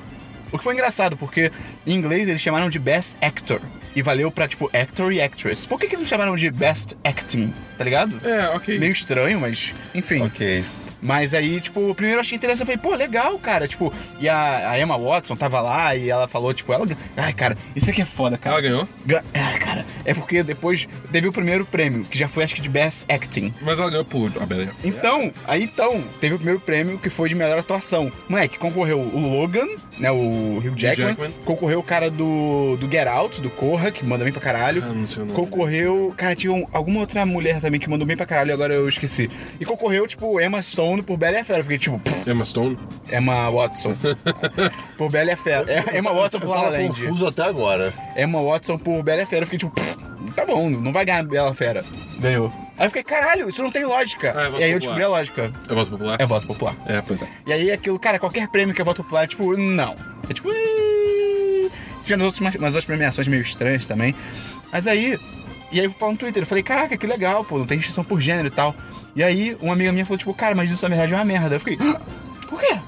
O que foi engraçado, porque em inglês eles chamaram de Best Actor. E valeu pra, tipo, actor e actress. Por que, que eles chamaram de Best Acting? Tá ligado? É, ok. Meio estranho, mas. Enfim. Ok. Mas aí, tipo, primeiro eu achei interessante, eu falei, pô, legal, cara. Tipo, e a, a Emma Watson tava lá e ela falou, tipo, ela. Ai, cara, isso aqui é foda, cara. Ela ganhou? Ga- Ah, cara, é porque depois teve o primeiro prêmio, que já foi acho que de Best Acting. Mas ela ganhou por. Ah, beleza. Então, aí então, teve o primeiro prêmio que foi de melhor atuação. Moleque, concorreu o Logan, né, o Hugh Jackman. Jackman. Concorreu o cara do, do Get Out, do Corra, que manda bem pra caralho. Ah, não sei o nome. Concorreu, cara, tinha um- alguma outra mulher também que mandou bem pra caralho, agora eu esqueci. E concorreu, tipo, Emma Stone por Bela e a Fera. Eu fiquei tipo, pff, Emma É Stone? Emma Watson. por Bela e a Fera. É- Emma Watson por Eu La La tava Land. confuso até agora. Emma Watson por Bela e Fera. Eu fiquei tipo, "Pff, tá bom, não vai ganhar Bela Fera. Ganhou. Aí eu fiquei, caralho, isso não tem lógica. Ah, é voto e aí eu popular. descobri a lógica. É voto popular? É voto popular. É, pois é. E aí aquilo, cara, qualquer prêmio que é voto popular é tipo, não. É tipo. "Ih". Tinha nas outras, umas, umas outras premiações meio estranhas também. Mas aí. E aí eu fui falar no Twitter, eu falei, caraca, que legal, pô, não tem restrição por gênero e tal. E aí uma amiga minha falou, tipo, cara, mas isso na verdade é uma merda. Eu fiquei, "Ah, por quê?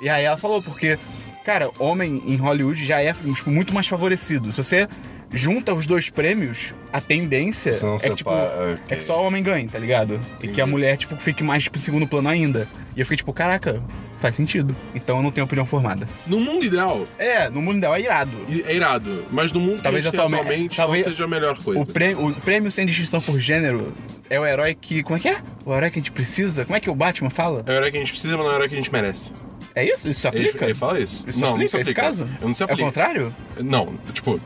E aí ela falou, porque, cara, homem em Hollywood já é tipo, muito mais favorecido. Se você junta os dois prêmios, a tendência Se não é, que, tipo, separa, é ok. que só o homem ganha, tá ligado? E que a mulher, tipo, fique mais pro segundo plano ainda. E eu fiquei tipo, caraca, faz sentido. Então eu não tenho opinião formada. No mundo ideal, É, no mundo ideal é irado. i- é irado. Mas no mundo Talvez que a gente tem atualmente- atualmente talvez- não seja a melhor coisa. O prêmio, o prêmio sem distinção por gênero é o herói que. Como é que é? O herói que a gente precisa? Como é que o Batman fala? É a hora que a gente precisa, mas não é a hora que a gente merece. É isso? Isso se Ele, aplica? ele fala isso. Isso se aplica não, não se esse aplica. caso? Eu não se aplica. É o contrário? Não, tipo,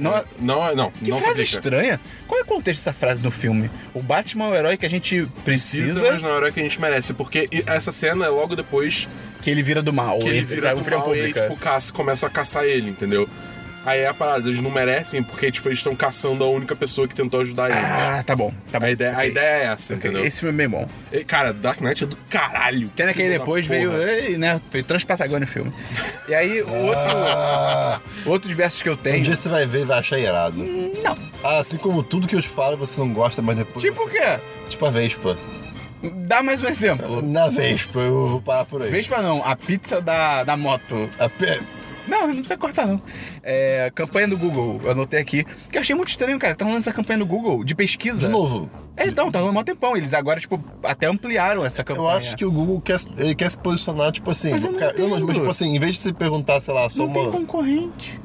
Não, é- não, não, Que não se frase aplica. estranha. Qual é o contexto dessa frase no filme? O Batman é o herói que a gente precisa, Precisa, mas na hora que a gente merece. Porque i- essa cena é logo depois que ele um vira do mal. que ele vira cai do pra opinião mal e aí, pública. tipo, caça, começa a caçar ele, entendeu? Aí é a parada, eles não merecem porque, tipo, eles estão caçando a única pessoa que tentou ajudar eles. Ah, tá bom. Tá bom. a, ideia, a Ok. ideia é essa, entendeu? Esse filme é bem bom. E, Cara, Dark Knight é do caralho. Pena que aí Filho da depois porra. veio, ei, né? Foi Transpatagônia o filme. E aí, o outro, Ah, outros versos que eu um tenho. dia você vai ver e vai achar irado. Não. Ah, assim como tudo que eu te falo, você não gosta, mas depois. Tipo o você... quê? Tipo a Vespa. Dá mais um exemplo. Na Vespa, eu vou parar por aí. Vespa não, a pizza da, da moto. A pe- Não, não precisa cortar, não. É, campanha do Google, eu anotei aqui. Que eu achei muito estranho, cara. Tá rolando essa campanha do Google de pesquisa. De novo, É, então, tá rolando há um tempão. Eles agora, tipo, até ampliaram essa campanha. eu acho que o Google quer, ele quer se posicionar, tipo assim. é. Mas eu não cara, mas, entendo. tipo assim, em vez de se perguntar, sei lá, só Não tem uma. concorrente.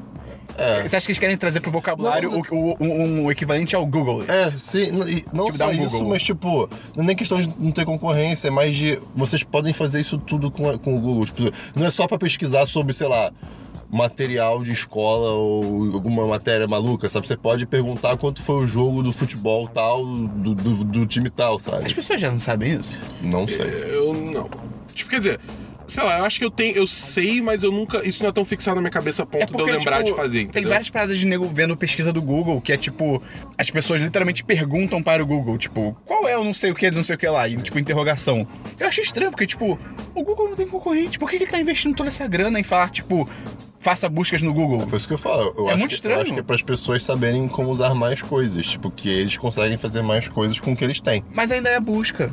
Você acha que eles querem trazer pro vocabulário É. Não, mas- o, o- um, um equivalente ao Google? É, sim, não, e não Tipo, dá só um isso, Google. mas tipo, não é nem questão de não ter concorrência, é mais de vocês podem fazer isso tudo com, a- com o Google. Tipo, não é só pra pesquisar sobre, sei lá, material de escola ou alguma matéria maluca, sabe? Você pode perguntar quanto foi o jogo do futebol tal, do, do, do time tal, As sabe? pessoas já não sabem isso. Não É. sei. Eu não. Tipo, quer dizer, sei lá, eu acho que eu tenho. Eu sei, mas eu nunca. Isso não é tão fixado na minha cabeça a ponto de eu lembrar tipo, de fazer, entendeu? Tem várias paradas de nego vendo pesquisa do Google, que é tipo, as pessoas literalmente perguntam para o Google, tipo, qual é o não sei o que, não sei o que lá, e tipo, interrogação. Eu achei estranho, porque, tipo, o Google não tem concorrente. Por que que ele tá investindo toda essa grana em falar, tipo, faça buscas no Google? Por isso que eu falo, eu, É acho, muito que, estranho. eu acho que é para as pessoas saberem como usar mais coisas, tipo, que eles conseguem fazer mais coisas com o que eles têm. Mas ainda é busca.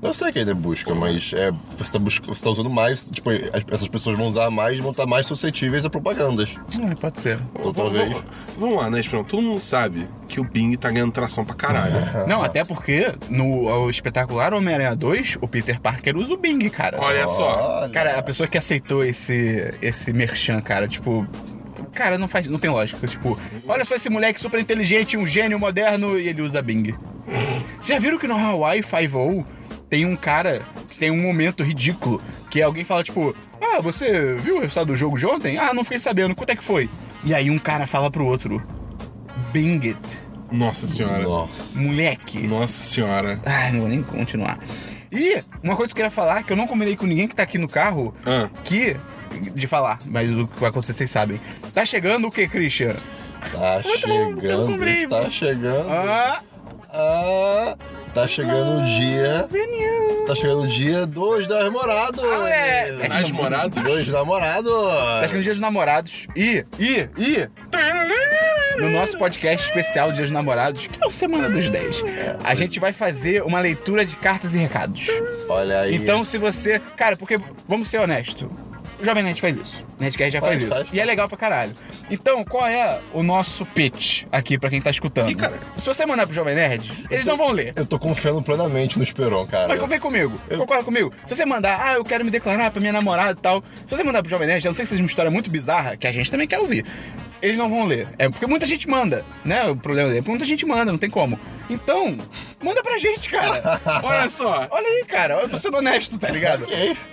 Eu sei que ainda é busca, mas é, você, tá busca, você tá usando mais, tipo, as- essas pessoas vão usar mais e vão estar mais suscetíveis a propagandas. Hum, pode ser. Então Vamos- talvez. Vamos, vamos lá, né, Esperão? Todo mundo sabe que o Bing tá ganhando tração pra caralho. Não, até porque no ao espetacular Homem-Aranha 2, o Peter Parker usa o Bing, cara. Olha só. Olha. Cara, a pessoa que aceitou esse, esse merchan, cara, tipo. Cara, não faz. não tem lógica. Tipo, olha só esse moleque super inteligente, um gênio moderno, e ele usa Bing. Vocês já viram que no Hawaii Five-O tem um cara que tem um momento ridículo, que alguém fala, tipo, ah, você viu o resultado do jogo de ontem? Ah, não fiquei sabendo, quanto é que foi? E aí um cara fala pro outro, Bing it, Nossa senhora. Nossa. moleque. Nossa senhora. Ai, não vou nem continuar. E uma coisa que eu queria falar, que eu não combinei com ninguém que tá aqui no carro, Ah. que. De falar, mas o que vai acontecer vocês sabem. Tá chegando o que, Christian? Tá Eu não- eu não chegando, comprei, Ah, tá mano. chegando. Ah, Ah, Tá chegando o dia. Tá chegando o dia dos namorados. Ah, é. É. Namorados? Dois namorados. Tá chegando o Dia dos Namorados e, e, e, no nosso podcast especial Dia dos Namorados, que é o Semana dos 10, a gente vai fazer uma leitura de cartas e recados. Olha aí. Então, se você. Cara, porque, vamos ser honesto. O Jovem Nerd faz isso. Nerdcast já faz, Faz, isso. faz, E é legal pra caralho. Então, qual é o nosso pitch aqui pra quem tá escutando? E, cara, se você mandar pro Jovem Nerd, eles não vão ler. Eu tô confiando plenamente no Esperon, cara. Mas vem comigo, concorda comigo. Se você mandar, ah, eu quero me declarar pra minha namorada e tal. Se você mandar pro Jovem Nerd, a não ser que seja uma história muito bizarra, que a gente também quer ouvir. Eles não vão ler. É porque muita gente manda, né? O problema dele é que muita gente manda, não tem como. Então, manda pra gente, cara. Olha só. Olha aí, cara, eu tô sendo honesto, tá ligado?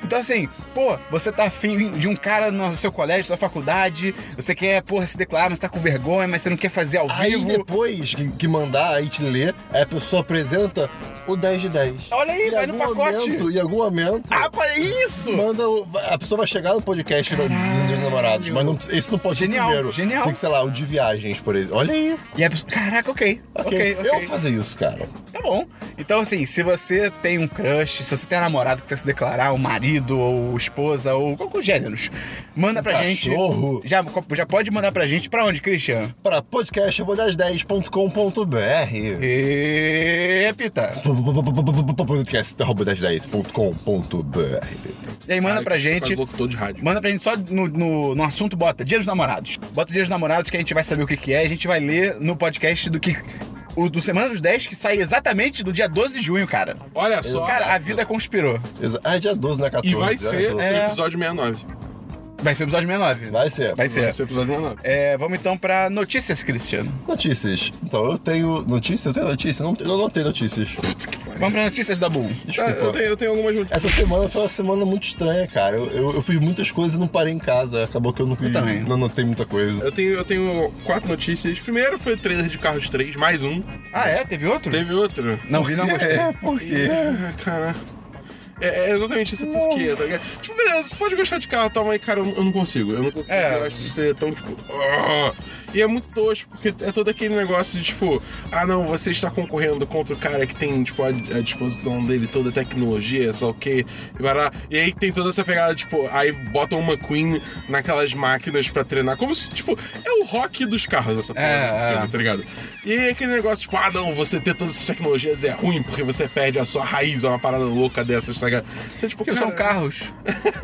Então, assim, pô, você tá afim de um cara no seu colégio, sua faculdade, você quer, porra, se declarar, mas tá com vergonha, mas você não quer fazer ao Aí vivo. depois que, que mandar, aí te ler, aí a pessoa apresenta o 10 de 10. Olha aí, Em vai no algum pacote. Momento, em algum momento, Ah, para isso! manda o- a pessoa vai chegar no podcast do- do- dos namorados, mas não, esse não pode Genial, ser o primeiro. genial. Tem que, sei lá, o de viagens, por exemplo. Olha aí. E a pessoa, caraca, ok, ok, ok. Eu vou fazer isso, cara. Tá bom. Então, assim, se você tem um crush, se você tem um namorado que quer se declarar, um marido ou esposa ou qualquer gêneros, manda pra tá cachorro. gente. Já, já pode mandar pra gente pra onde, Christian? Para podcast.com.br Repita. podcast.com.br E aí manda pra gente. Faz locutor de rádio. Manda pra gente só no, no, no assunto, bota Dia dos Namorados. Bota Dia dos Namorados que a gente vai saber o que, que é. A gente vai ler no podcast do que. O do Semana dos 10, que sai exatamente do dia 12 de junho, cara. Olha só. Cara, a vida conspirou. Exa- Ah, é dia 12, né? 14. e vai né? ser É. episódio 69. Vai ser o episódio 69. Vai ser. Vai ser. Vai ser episódio 69. É, vamos então pra notícias, Cristiano. Notícias. Então, eu tenho notícia? Eu tenho notícia? Eu não, eu não tenho notícias. Vamos para notícias da Bull. Ah, Desculpa. eu, tenho, eu tenho algumas notícias. Essa semana foi uma semana muito estranha, cara. Eu, eu, eu fiz muitas coisas e não parei em casa. Acabou que eu não, fiz, também. não anotei muita coisa. Eu tenho, eu tenho quatro notícias. Primeiro foi o trailer de Carros 3, mais um. Ah, é? Teve outro? Teve outro. Não vi, não gostei. por quê? Ah, cara. É, é exatamente isso porquê, tá ligado? Tipo, beleza, você pode gostar de carro e tal, mas, cara, eu, eu não consigo. Eu não consigo, É. eu acho isso é tão, tipo... ah. E é muito tosco, porque é todo aquele negócio de, tipo... Ah, não, você está concorrendo contra o cara que tem, tipo, a, a disposição dele toda a tecnologia, só o quê, e bará. E aí tem toda essa pegada, tipo... Aí botam uma Queen naquelas máquinas pra treinar. Como se, tipo... É o rock dos carros, essa porra É, desse é. filme, tá ligado? E aí aquele negócio, tipo, ah não, você ter todas essas tecnologias é ruim porque você perde a sua raiz ou uma parada louca dessas, tá ligado? Você, tipo, Porque são cara, carros.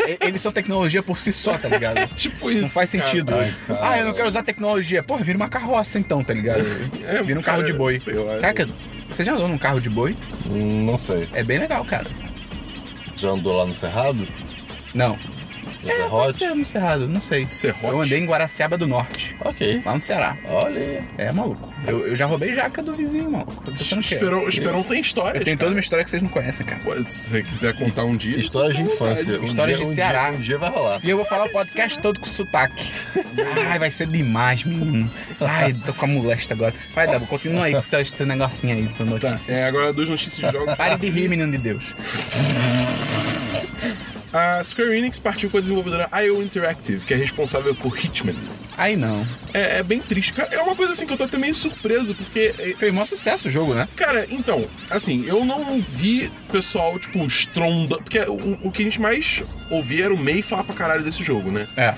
E- Eles são tecnologia por si só, tá ligado? Tipo isso. Não faz cara. sentido. ah, eu não quero usar tecnologia. Porra, vira uma carroça então, tá ligado? É, Vira um carro de boi. sei lá. Caraca, você já andou num carro de boi? Hum, não sei. É bem legal, cara. Já andou lá no Cerrado? Não. No É, pode Serrote? ser no Cerrado, não sei. Serrote? Eu andei em Guaraciaba do Norte, Ok. lá no Ceará. Olha aí. É, maluco. Eu, eu já roubei jaca do vizinho, maluco. Tô pensando o quê? Esperão, Esperão tem história. É, tipo, Eu tenho toda uma história que vocês não conhecem, cara. Se você quiser contar um dia. Histórias de infância. Um é Histórias dia- de um Ceará. Dia, um dia vai rolar. E eu vou falar o podcast todo com sotaque. Ai, vai ser demais, menino. Ai, tô com a molesta agora. Vai, Dabu, continua aí com o seu, seu negocinho aí, sua Tá, notícia. é, agora duas notícias de jogos. Pare de rir, menino de Deus. A Square Enix partiu com a desenvolvedora IO Interactive, que é responsável por Hitman. Aí não. É, é bem triste, cara. É uma coisa assim que eu tô até meio surpreso, porque. é, Fez maior sucesso o jogo, né? Cara, então, assim, eu não vi pessoal, tipo, estronda. Porque o, o que a gente mais ouvia era o MEI falar pra caralho desse jogo, né? É.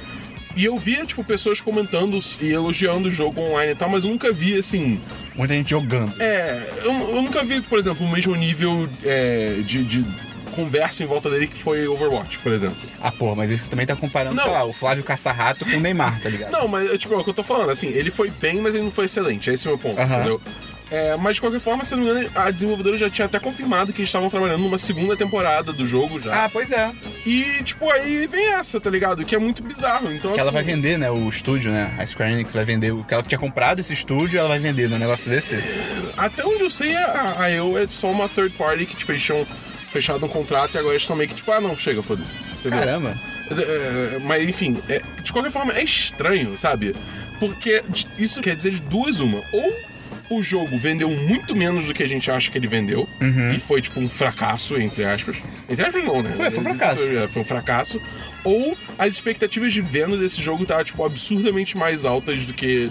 E eu via, tipo, pessoas comentando e elogiando o jogo online e tal, mas eu nunca vi, assim. Muita gente jogando. É. Eu, eu nunca vi, por exemplo, o mesmo nível é, de. de conversa em volta dele que foi Overwatch, por exemplo. Ah, porra, mas isso também tá comparando, Não. sei lá, o Flávio Caçarrato com o Neymar, tá ligado? Não, mas é, tipo, é o que eu tô falando, assim, ele foi bem, mas ele não foi excelente, é esse o meu ponto, Aham. entendeu? É, mas de qualquer forma, se eu não me engano, a desenvolvedora já tinha até confirmado que eles estavam trabalhando numa segunda temporada do jogo já. Ah, pois é. E, tipo, aí vem essa, tá ligado? Que é muito bizarro. Então, Que assim, ela vai vender, né? O estúdio, né? A Square Enix vai vender. O que ela tinha comprado esse estúdio, ela vai vender né, um negócio desse. Até onde eu sei, a, a EO é só uma third party que, tipo, eles tinham fechado um contrato e agora eles estão meio que, tipo, ah, não, chega, foda-se. Entendeu? Caramba. É, é, mas, enfim, é, de qualquer forma, é estranho, sabe? Porque de- isso quer dizer de duas uma. Ou o jogo vendeu muito menos do que a gente acha que ele vendeu. E foi, tipo, um fracasso, entre aspas. Entre aspas não, né? Uhum. Foi, foi um fracasso. Foi, é, foi um fracasso. Ou as expectativas de venda desse jogo estavam, tipo, absurdamente mais altas do que,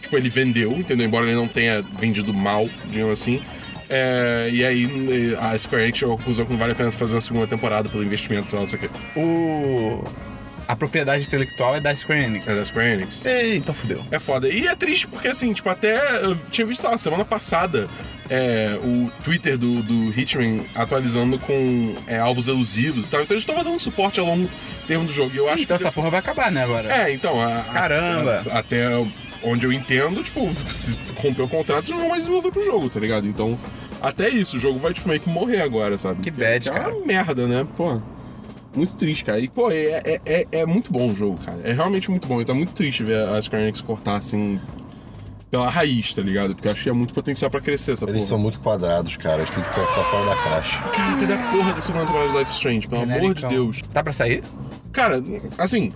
tipo, ele vendeu, entendeu? Embora ele não tenha vendido mal, digamos assim. É, e aí eh, a Square Enix chegou à conclusão que não vale a pena fazer uma segunda temporada pelo investimento, sei lá, não sei o quê. O... A propriedade intelectual é da Square Enix. É da Square Enix. Ei, então fudeu. É foda. E é triste porque, assim, tipo, até eu tinha visto, sei lá, semana passada é, o Twitter do, do Hitman atualizando com é, alvos elusivos e tal. Então eles estavam dando suporte ao longo termo do jogo. E eu acho Então que. essa porra vai acabar, né, agora? É, então. a- a- Caramba. a- até onde eu entendo, tipo, se romper o contrato, eles não vão mais desenvolver pro jogo, tá ligado? Então, até isso, o jogo vai, tipo, meio que morrer agora, sabe? Que bad, é cara. uma merda, né? Pô. Muito triste, cara. E, pô, é, é, é, é muito bom o jogo, cara. É realmente muito bom. E tá muito triste ver a Square Enix cortar, assim, pela raiz, tá ligado? Porque eu achei muito potencial pra crescer essa Eles porra. são muito quadrados, cara. Eles têm que pensar fora da caixa. Cara, cadê a porra da segunda temporada de Life is Strange? Pelo amor de Genericão. Deus. Tá pra sair? Cara, assim,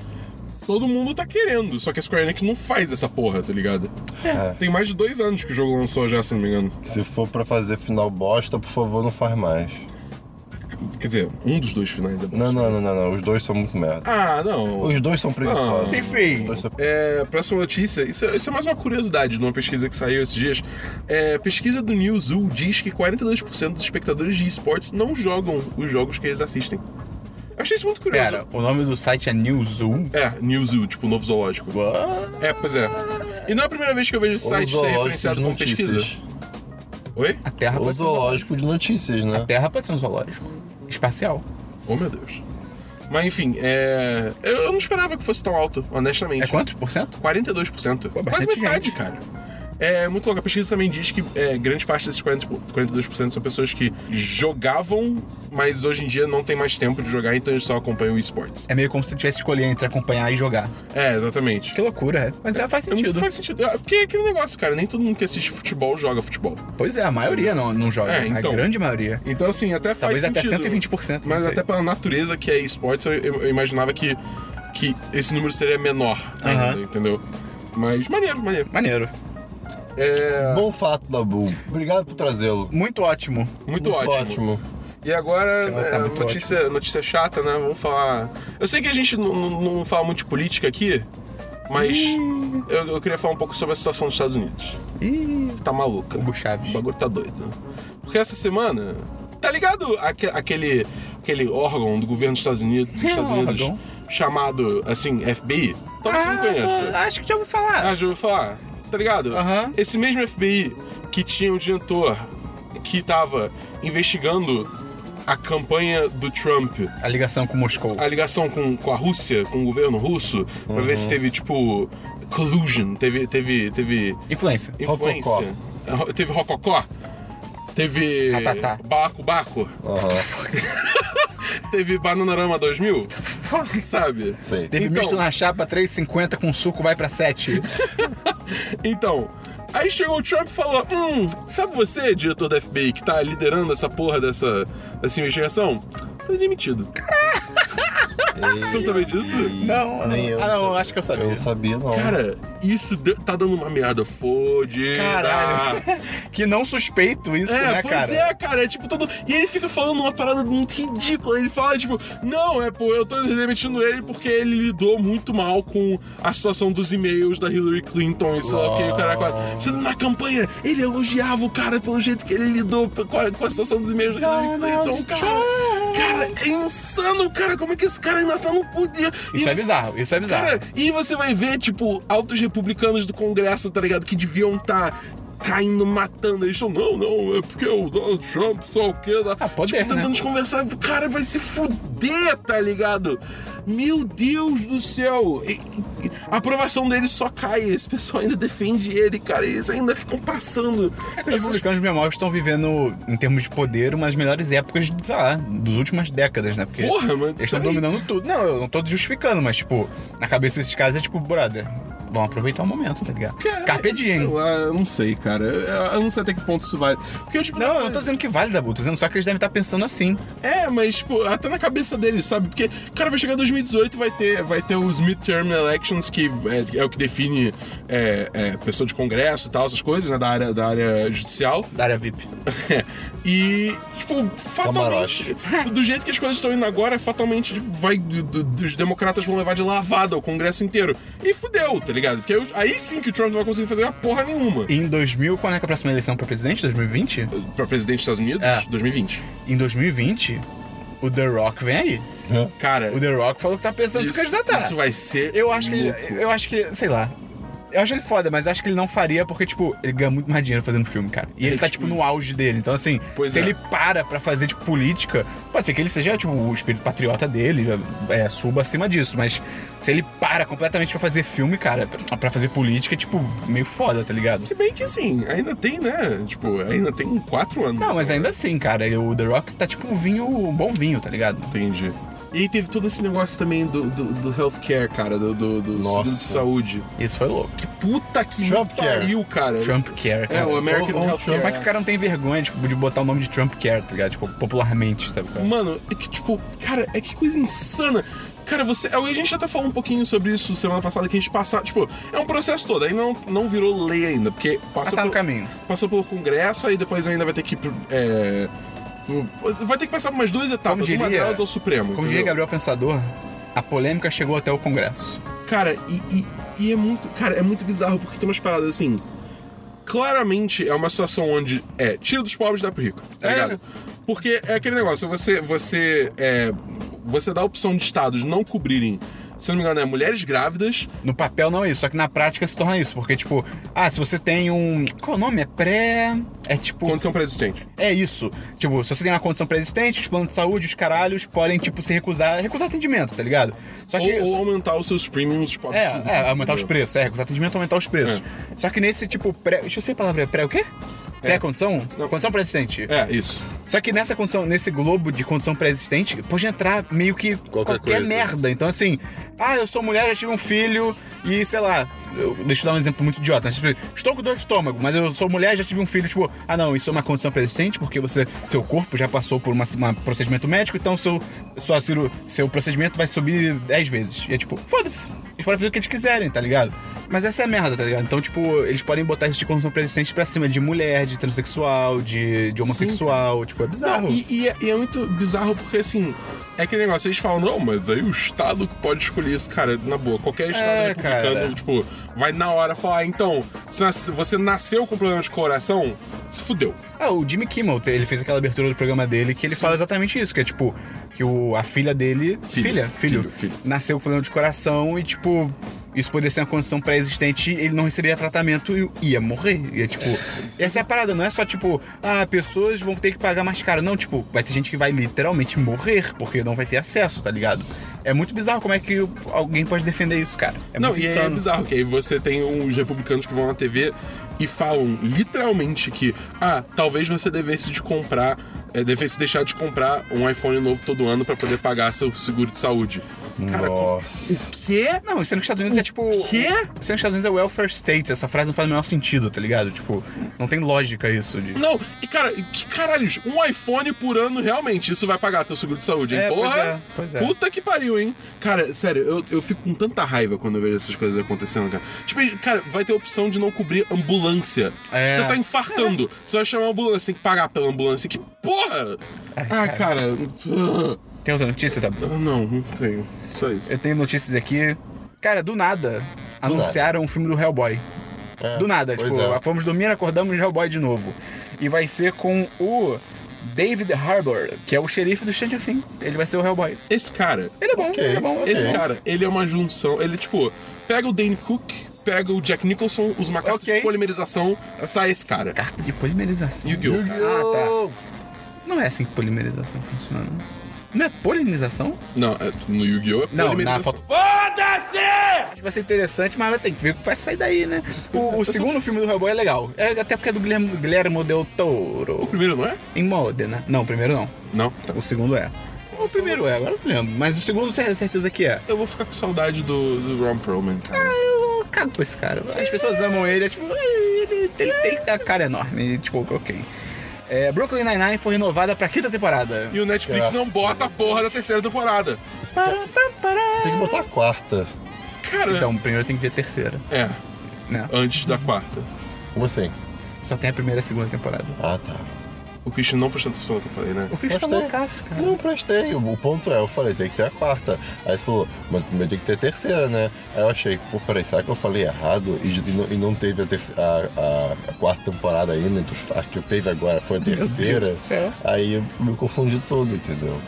todo mundo tá querendo, só que a Square Enix não faz essa porra, tá ligado? É. Tem mais de dois anos que o jogo lançou já, se não me engano. Se for pra fazer final bosta, por favor, não faz mais. Quer dizer, um dos dois finais é bom. Não, não, não, não, não. Os dois são muito merda. Ah, não. Os dois são preguiçosos. Ah. Enfim. Os dois são- É, próxima notícia, isso, é- isso é mais uma curiosidade de uma pesquisa que saiu esses dias. É, pesquisa do Newzoo diz que 42% dos espectadores de esportes não jogam os jogos que eles assistem. Eu achei isso muito curioso. Pera, o nome do site é Newzoo? É, Newzoo, tipo, novo zoológico. What? É, pois é. E não é a primeira vez que eu vejo esse Ou site ser zoológico referenciado de como pesquisa. notícias. Oi? A Terra Ou pode ser um zoológico. zoológico de notícias, A né? Terra pode ser um zoológico. Espacial. Oh, meu Deus. Mas enfim, é... eu eu não esperava que fosse tão alto, honestamente. É quanto por cento? 42%. Pô, Quase bastante metade, gente. cara. É muito louco. A pesquisa também diz que é, grande parte desses 40, 42% são pessoas que jogavam, mas hoje em dia não tem mais tempo de jogar, então eles só acompanham o esportes. É meio como se você tivesse que escolher entre acompanhar e jogar. É, exatamente. Que loucura, é. Mas é, faz É muito sentido. faz sentido. É, Porque é aquele negócio, cara. Nem todo mundo que assiste futebol joga futebol. Pois é, a maioria não, não joga. É, então. A grande maioria. Então, assim, até faz Talvez até sentido. 120%, não Mas sei. até pela natureza que é esportes, eu, eu- eu imaginava que, que esse número seria menor ainda, Aham. entendeu? Mas maneiro, maneiro. Maneiro. É, Bom fato, Dabu. Obrigado por trazê-lo. Muito ótimo. muito, ótimo. E agora, Cara, tá é, muito notícia, notícia chata, né? Vamos falar. Eu sei que a gente não, não- não fala muito de política aqui, mas eu, eu queria falar um pouco sobre a situação dos Estados Unidos. Ih, Tá maluca. Hugo Chaves. O bagulho tá doido. Porque essa semana, tá ligado aque- aquele, aquele órgão do governo dos Estados Unidos, dos Que Estados Unidos órgão? Ah, chamado, assim, FBI? Talvez você não conheça. tô- acho que já ouvi falar. Ah, já ouviu falar? Tá ligado? Aham. Esse mesmo FBI que tinha um diretor que tava investigando a campanha do Trump, A ligação com Moscou. a ligação com, com a Rússia, com o governo russo, pra ver se teve, tipo, collusion, teve, teve, teve Influência. influência. Teve rococó. Teve Ratatá. Baco Baco. Aham. Teve Bananarama 2000. Sabe? Sei. Teve Então- misto na chapa 3,50 com suco vai pra 7. Então, aí chegou o Trump e falou: Hum, sabe você, diretor da FBI, que tá liderando essa porra dessa, dessa investigação? Você tá demitido. Você não sabia disso? não, Nem eu Ah, não, sabia. acho que eu sabia. Eu não sabia, não. Cara, isso deu- tá dando uma merda fodida. Caralho. que não suspeito isso, É, né, pois cara? é, cara. É tipo todo. E ele fica falando uma parada muito ridícula. Ele fala, tipo, não, é, pô, eu tô demitindo ele porque ele lidou muito mal com a situação dos e-mails da Hillary Clinton e sei lá o que, caraca. Sendo na campanha, ele elogiava o cara pelo jeito que ele lidou com a, com a situação dos e-mails da Hillary Clinton, cara. Cara, é insano, cara. Como é que esse cara ainda tá no poder? E Isso é você- bizarro, isso é bizarro. Cara, e você vai ver, tipo, altos republicanos do Congresso, tá ligado? Que deviam estar caindo, matando. Eles estão, não, não, é porque o Donald Trump só o quê? né?" Ah, poder, tipo, tentando né? desconversar. O cara vai se fuder, tá ligado? Meu Deus do céu! E- e- a aprovação dele só cai. Esse pessoal ainda defende ele, cara. Eles ainda ficam passando. Os republicanos memórias estão vivendo, em termos de poder, uma das melhores épocas, sei lá, das últimas décadas, né? Porque Porra, mano. tá eles estão peraí. dominando tudo. Não, eu não tô justificando, mas, tipo, na cabeça desses caras é tipo, brother, vão aproveitar o momento, tá ligado? Cara, é Carpe diem. sei lá, eu não sei, cara. Eu, eu não sei até que ponto isso vale. Porque, tipo, Não, eu não tô dizendo que vale, Dabu, tô dizendo só que eles devem estar pensando assim. É, mas, tipo, até na cabeça dele, sabe? Porque, cara, vai chegar 2018 vai ter, vai ter os midterm elections, que é, é o que define é, é, pessoa de congresso e tal, essas coisas, né? Da área, da área judicial. Da área VIP. e, tipo, fatalmente, do jeito que as coisas estão indo agora, fatalmente vai, d- d- os democratas vão levar de lavada o congresso inteiro. E fudeu, tá ligado? Porque eu- aí sim que o Trump não vai conseguir fazer uma porra nenhuma. Em 2000, quando é que é a próxima eleição pra presidente? 2020? Pra presidente dos Estados Unidos, É. 2020. Em 2020, o The Rock vem aí. Cara, O The Rock falou que tá pensando em se candidatar. isso vai ser. Eu acho que ele, louco. Eu acho que. Sei lá. Eu acho ele foda, mas eu acho que ele não faria porque, tipo, ele ganha muito mais dinheiro fazendo filme, cara. E ele É, tá, tipo tipo, no auge dele. Então, assim, Pois se é. ele para pra fazer, tipo, política, pode ser que ele seja, tipo, o espírito patriota dele, é, suba acima disso. Mas se ele para completamente pra fazer filme, cara, pra fazer política, é, tipo, meio foda, tá ligado? Se bem que assim, ainda tem, né? Tipo, ainda tem quatro anos. Não, mas ainda assim, cara, ele- o The Rock tá, tipo, um vinho, um bom vinho, tá ligado? Entendi. E aí teve todo esse negócio também do, do, do healthcare, cara, do, do, do Nossa. seguro de saúde. Isso foi louco. Que puta que Trump me care. pariu, cara. Trump Care, cara. É, o American Ou- ou Healthcare. Como é que o cara não tem vergonha tipo, de botar o nome de Trump Care, tá ligado? Tipo, popularmente, sabe? Cara? Mano, é que tipo, cara, é que coisa insana. Cara, você. A gente já tá falando um pouquinho sobre isso semana passada, que a gente passar. Tipo, é um processo todo, ainda não, não virou lei ainda, porque Mas passou, tá no pelo, caminho. passou pelo Congresso, aí depois ainda vai ter que. ir pro- É, pro- vai ter que passar por umas duas etapas, uma diria- delas é o Supremo. Como entendeu? diria Gabriel Pensador, a polêmica chegou até o Congresso. Cara, e, e- e é muito. Cara, é muito bizarro porque tem umas paradas assim. Claramente é uma situação onde é tira dos pobres e dá pro rico, tá É. ligado? Porque é aquele negócio, você. Você, é, você dá a opção de estados não cobrirem, se não me engano, é mulheres grávidas. No papel não é isso, só que na prática se torna isso, porque tipo, ah, se você tem um, qual é o nome? É pré, é tipo, Condição pré-existente. é isso. Tipo, se você tem uma condição pré-existente, os planos de saúde, os caralhos podem tipo se recusar, recusar atendimento, tá ligado? Só que Ou, ou aumentar os seus premiums pro é, absurdo, é, aumentar entendeu? É. os preços, é, recusar atendimento aumentar os preços. Só que nesse tipo pré, deixa eu sei a palavra, é pré o quê? Pré-condição? Não. Condição pré-existente. É, isso. Só que nessa condição, nesse globo de condição pré-existente, pode entrar meio que qualquer, coisa. merda. Então, assim, ah, eu sou mulher, já tive um filho e sei lá. eu- deixa eu dar um exemplo muito idiota. mas, tipo, estou com dor de estômago, mas eu sou mulher, já tive um filho. Tipo, ah, não, isso é uma condição pré-existente porque você, seu corpo já passou por um procedimento médico, então seu, sua, ciro- seu procedimento vai subir 10 vezes. E é tipo, foda-se. Eles podem fazer o que eles quiserem, tá ligado? Mas essa é a merda, tá ligado? Então, tipo, eles podem botar isso de condição pré-existente pra cima de mulher, de transexual, de, de homossexual. tipo, é bizarro. Não, e, e é, e é muito bizarro porque assim. É aquele negócio, eles falam, não, mas aí o Estado que pode escolher isso, cara, na boa. Qualquer Estado É, republicano, cara. tipo, vai na hora falar, "Ah, então, se nas- você nasceu com problema de coração, se fudeu. Ah, o Jimmy Kimmel, te- ele fez aquela abertura do programa dele que ele fala exatamente isso, que é tipo, que o, a filha dele. Filho, Filha, filho, filho, filho. Nasceu com problema de coração e, tipo, isso poderia ser uma condição pré-existente, ele não receberia tratamento e ia morrer. E é tipo. essa é a parada, não é só tipo, ah, pessoas vão ter que pagar mais caro. Não, tipo, vai ter gente que vai literalmente morrer porque não vai ter acesso, tá ligado? É muito bizarro como é que o- alguém pode defender isso, cara. É não, muito e aí é insano. bizarro, que aí você tem uns republicanos que vão na TV e falam literalmente que, ah, talvez você devesse de comprar, é, devesse deixar de comprar um iPhone novo todo ano pra poder pagar seu seguro de saúde. Cara, Nossa. o quê? Não, isso nos Estados Unidos é tipo. quê? Isso nos Estados Unidos é welfare state. Essa frase não faz o menor sentido, tá ligado? Tipo, não tem lógica isso de. Não, e cara, que caralhos, um iPhone por ano realmente, isso vai pagar teu seguro de saúde, hein? É, pois Porra! é, pois é. Puta que pariu, hein? Cara, sério, eu, eu fico com tanta raiva quando eu vejo essas coisas acontecendo, cara. Tipo, cara, vai ter opção de não cobrir ambulância. É. Você tá infartando, você vai chamar a ambulância, tem que pagar pela ambulância. Que porra! É, ah, cara. ah, Tem outra notícia, tá? bom? Não, não tenho. Isso aí. Eu tenho notícias aqui. Cara, do nada, anunciaram o filme do Hellboy. do nada, pois tipo, é. fomos dormir, acordamos Hellboy de novo. E vai ser com o David Harbour, que é o xerife do Stranger Things. Ele vai ser o Hellboy. Esse cara, Ele é bom, Ok, ele é bom. ele é esse bom. cara, ele é uma junção. Ele, tipo, pega o Dane Cook, pega o Jack Nicholson, os macacos Ok. de polimerização, sai esse cara. Carta de polimerização. Yu-Gi-Oh! cara. Ah, tá. Não é assim que polimerização funciona. Não é polinização? Não, é- no Yu-Gi-Oh! é Não, na polimerização. foto. Foda-se! Acho que vai ser interessante, mas vai ter que ver o que vai sair daí, né? O, o segundo filme do Hellboy é legal. É, até porque é do Guilherme, Guilherme Del O Toro. primeiro não é? Em molde, né? Não, o primeiro não. Não. tá. O segundo é. O primeiro é, agora eu não lembro. Mas o segundo, cer- certeza que é. Ah, Eu vou ficar com saudade do, do Ron Perlman. cara. Eu cago com esse cara. As pessoas amam ele. É tipo, ele, ele, ele tem a cara enorme. e, Tipo, ok. É, Brooklyn Nine-Nine foi renovada pra quinta temporada. E o É. Netflix não bota a porra da terceira temporada. Tem que botar a quarta. Cara, Então, primeiro tem que ter a terceira, é, né? antes da quarta. Como assim? Só tem a primeira e a segunda temporada. Ah, tá. O Christian não prestou atenção no que eu falei, né? O Christian tá Gostei. loucaço, cara. Não prestei. O, o ponto é, eu falei, tem que ter a quarta. Aí você falou, mas primeiro tem que ter a terceira, né? Aí eu achei, pô, peraí, será que eu falei errado e, e não, e não teve a, terce- a- a- a quarta temporada ainda? Então, a que eu teve agora foi a terceira. do céu. Aí eu me confundi todo, entendeu?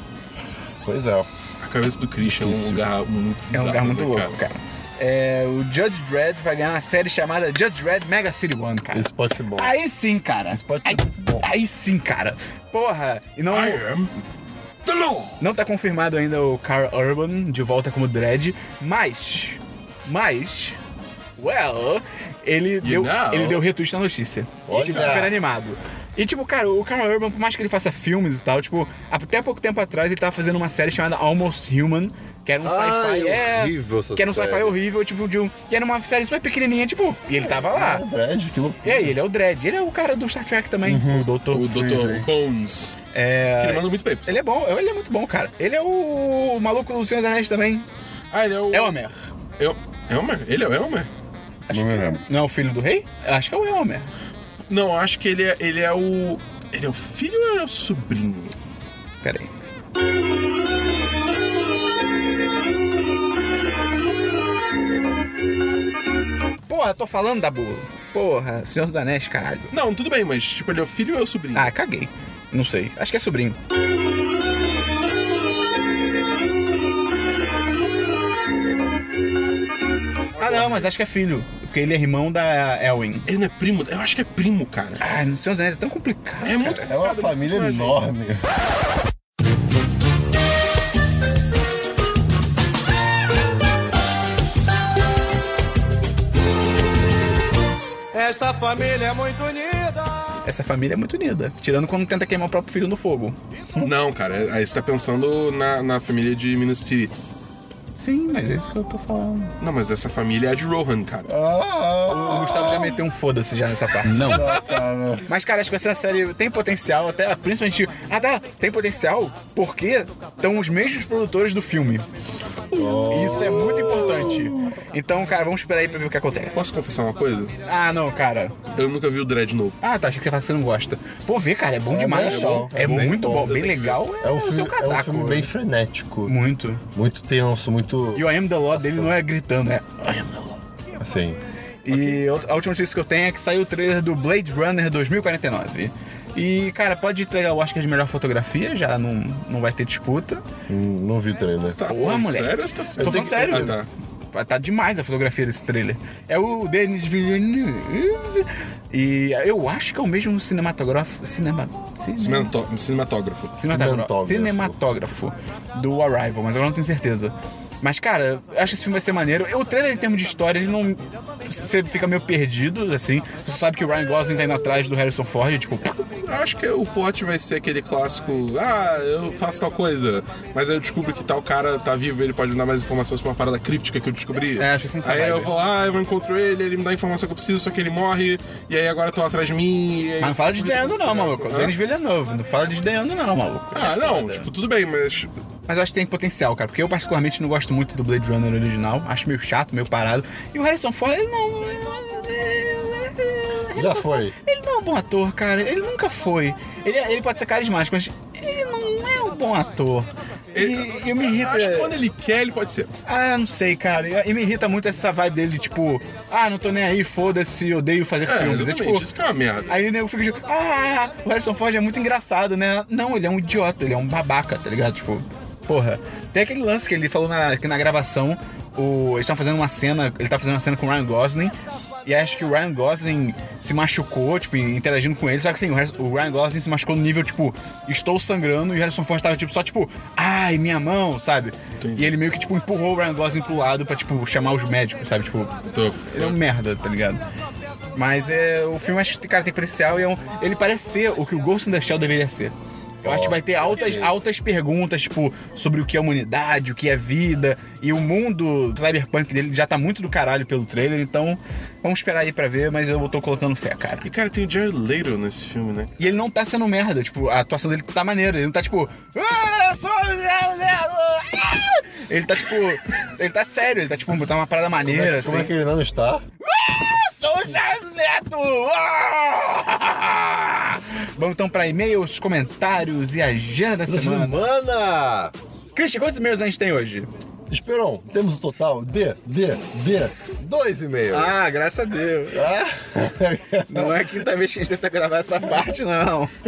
Pois é. A cabeça do Christian é um Difícil. lugar muito bizarro. É um lugar muito né, louco, cara. É, o Judge Dredd vai ganhar uma série chamada Judge Dredd Mega City One, cara. Isso pode ser bom. Aí sim, cara. Isso pode ser aí, muito bom. Aí sim, cara. Porra, e não, I am the law! não tá confirmado ainda o Carl Urban de volta como Dredd, mas. Mas. Well, ele deu, know. ele deu retweet na notícia. Olha. E, tipo, super animado. E, tipo, cara, o Carl Urban, por mais que ele faça filmes e tal, tipo, até pouco tempo atrás ele tava fazendo uma série chamada Almost Human, que era um Ai, sci-fi. é, Ah, horrível essa que era um sci-fi série. horrível, tipo, de um. Que era uma série super pequenininha, tipo, e ele tava lá. Ah, Dredd, que loucura. E aí, ele é o Dredd. Ele é o cara do Star Trek também, Uhum, o doutor. O Dr. Bones. É. Que ele manda muito bem. Ele é bom, ele é muito bom, cara. Ele é o, maluco do Senhor dos Anéis também. Ah, ele é o. Elmer. El- Elmer? Ele é o Elmer? Não me lembro. Não é o filho do rei? Eu acho que é o Elmer. Não, eu acho que ele é, ele é o. Ele é o filho ou ele é o sobrinho? Pera aí. Porra, tô falando da boa. Porra, Senhor dos Anéis, caralho. Não, tudo bem, mas tipo, ele é o filho ou é o sobrinho? Ah, caguei. Não sei. Acho que é sobrinho. Ah, não, mas acho que é filho. Porque ele é irmão da Elwin. Ele não é primo? Eu acho que é primo, cara. Ai, no Senhor dos Anéis é tão complicado. É muito É uma um complicado, família personagem. enorme. Esta família é muito unida. Essa família é muito unida. Tirando quando tenta queimar o próprio filho no fogo. Não, cara, aí você tá pensando na, na família de Minas Tirith. Sim, mas é isso que eu tô falando. Não, mas essa família é a de Rohan, cara. O Ah, Gustavo já meteu um foda-se já nessa parte. Não. cara. Mas, cara, acho que essa série tem potencial, até principalmente. Ah, tá, tem potencial porque estão os mesmos produtores do filme. Oh. E Isso é muito importante. Então, cara, vamos esperar aí pra ver o que acontece. Posso confessar uma coisa? Ah, não, cara. Eu nunca vi o Dredd novo. Ah, tá, achei que você falava que você não gosta. Pô, vê, cara, é bom É demais. bem legal. É, É bem muito bom, bom. bem legal. É, É um o filme, seu é casaco. um filme bem frenético. Muito. Muito tenso, muito. E o I Am The Law dele não é gritando, é I Am The Law. Assim. E outra- a última notícia que eu tenho é que saiu o trailer do Blade Runner 2049. E, cara, pode entregar o Oscar de melhor fotografia, já não, não vai ter disputa. Hum, Não vi trailer. Você tá Porra, falando moleque. sério? ou Você tá Tô falando sério. Ah, tá. Tá- Tá demais a fotografia desse trailer. É o Denis Villeneuve. E eu acho que é o mesmo cinematógrafo. Cinema. cine- Cinemató- Cinematógrafo. Cinematógrafo. Cinematógrafo. Cinematógrafo do Arrival, mas agora não tenho certeza. Mas, cara, eu acho que esse filme vai ser maneiro. O trailer, em termos de história, ele não. Você fica meio perdido, assim. Você só sabe que o Ryan Gosling tá indo atrás do Harrison Ford, tipo. Eu acho que o plot vai ser aquele clássico, ah, eu faço tal coisa, mas aí eu descubro que tal cara tá vivo, ele pode me dar mais informações pra uma parada críptica que eu descobri. É, acho que sim, essa Aí eu vibe. vou lá, eu encontro ele, ele me dá a informação que eu preciso, só que ele morre, e aí agora estão atrás de mim. E aí... Mas não fala de Deando, não, maluco. é Hã? Denis Villeneuve, não fala de Deando, não, maluco. Ah, não, tipo, tudo bem, mas Mas eu acho que tem potencial, cara. Porque eu, particularmente, não gosto muito do Blade Runner original. Acho meio chato, meio parado. E o Harrison Ford, ele não. Já foi. Ele não é um bom ator, cara. Ele nunca foi. Ele, ele pode ser carismático, mas ele não é um bom ator. E, e me eu acho que irrita. quando ele quer, ele pode ser. Ah, não sei, cara. E, e me irrita muito essa vibe dele, tipo, ah, não tô nem aí, foda-se, odeio fazer É, filmes. É exatamente, tipo. isso que é uma merda. Aí o nego fica tipo, ah, o Harrison Ford é muito engraçado, né? Não, ele é um idiota, ele é um babaca, tá ligado? Tipo, porra. Tem aquele lance que ele falou na, que na gravação, o, eles estão fazendo uma cena, ele tá fazendo uma cena com o Ryan Gosling, e acho que o Ryan Gosling se machucou, tipo, interagindo com ele, só que assim, o, Harris- o Ryan Gosling se machucou no nível, tipo, estou sangrando, e o Harrison Ford tava, tipo, só tipo, ai, minha mão, sabe? E ele meio que, tipo, empurrou o Ryan Gosling pro lado pra, tipo, chamar os médicos, sabe? Tipo, Tô ele é um merda, tá ligado? Mas é, o filme acho que, cara, tem potencial e é um, ele parece ser o que o Ghost in the Shell deveria ser. Eu acho que vai ter altas, altas perguntas, tipo, sobre o que é humanidade, o que é vida, e o mundo cyberpunk dele já tá muito do caralho pelo trailer, então vamos esperar aí pra ver, mas eu tô colocando fé, cara. E cara, tem o Jared Leto nesse filme, né? E ele não tá sendo merda, tipo, a atuação dele tá maneira, ele não tá tipo. "Ah, eu sou o Jared Leto! Ah!" Ele tá tipo. ele tá sério, ele tá tipo, tá uma parada maneira, Como é assim. que ele não está? Sou o Jared Leto! Ah! Vamos então pra e-mails, comentários e agenda da semana. Semana! Christian, quantos e-mails a gente tem hoje? Esperão, temos o total de, de, de, dois e-mails. Ah. Ah, graças a Deus. Não é a quinta vez que a gente tenta gravar essa parte, não.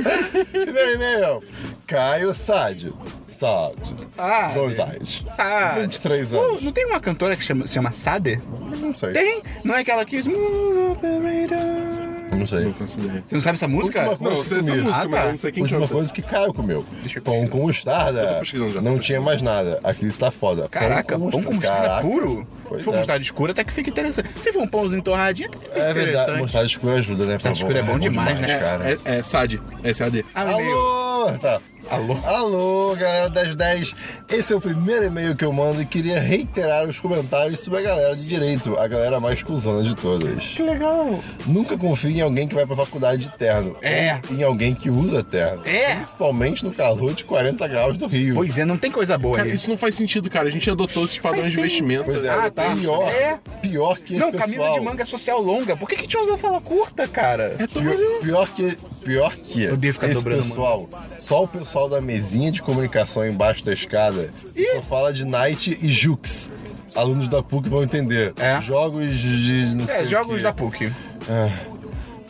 Primeiro e-mail, Caio Sade. Sade. Ah, Dois A's. Ah. 23 Pô, anos. não tem uma cantora que chama- se chama Sade? Não sei. Tem? Não é aquela que... Smooth Operator. Não sei. Você não sabe essa música? Última Não, coisa que eu sei essa comi. música, Ah, mas tá. eu não sei quem é Última canta. coisa que Caio comeu. Deixa eu Pão com mostarda. pesquisando já, tô Não tinha mais nada. Aqui está foda. um Pão Caraca, pão com mostarda Caraca. puro? Pois Se for é. mostarda escura, até que fica interessante. Se for um pãozinho torradinho, até que fica É verdade, interessante. mostarda escura ajuda, né? Mostarda escura é bom demais, né? cara. É, é, é SAD. É SAD. Ah, meu e-mail. Alô! Tá. Alô? Alô, galera das 10. Esse é o primeiro e-mail que eu mando e queria reiterar os comentários sobre a galera de direito, a galera mais cuzona de todas. Que legal. Nunca confie em alguém que vai pra faculdade de terno. É. Ou Em alguém que usa terno. É. Principalmente no calor de 40 graus do Rio. Pois é, não tem coisa boa Cara, ali. isso não faz sentido, cara. A gente adotou esses padrões de vestimento. Pois é, Ah, tá. pior, É. pior que esse Não, pessoal. camisa de manga social longa. Por que que tinha usado fala curta, cara? É tão Pior, melhor. pior que, pior que Odeio ficar esse dobrando, pessoal, só o pessoal da mesinha de comunicação embaixo da escada que só fala de Night e Jux. Alunos da PUC vão entender. É. Jogos de. Não sei É, o jogos quê. da PUC.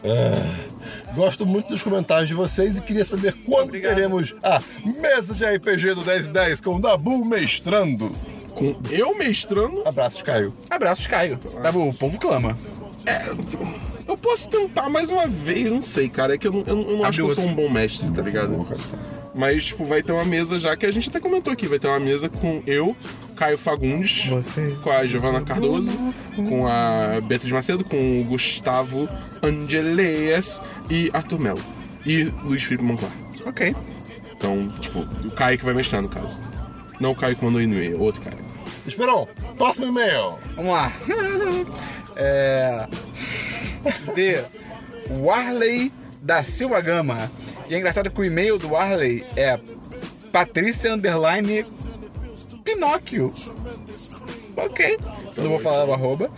Ah, Gosto muito dos comentários de vocês e queria saber quando teremos a mesa de RPG do 1010 com o Dabu mestrando. Com eu mestrando, Abraços, Caio. Abraços, Caio. Tá bom, o povo clama. eu posso tentar mais uma vez. Não sei, cara. É que eu não, eu não- eu não acho que eu outro. sou um bom mestre, tá ligado? Mas, tipo, vai ter uma mesa já que a gente até comentou aqui. Vai ter uma mesa com eu, Caio Fagundes, com a Giovana Cardoso, com a Beatriz Macedo, com o Gustavo Angeleias e Arthur Melo. E Luiz Felipe Monclar. Ok. Então, tipo, o Caio que vai mestrar, no caso. Não o Caio que mandou e-mail, é outro Caio. Esperão, próximo e-mail. Vamos lá. É... De Warley da Silva Gama. E é engraçado que o e-mail do Warley é Patrícia Underline Pinóquio. Ok. Não vou falar o arroba.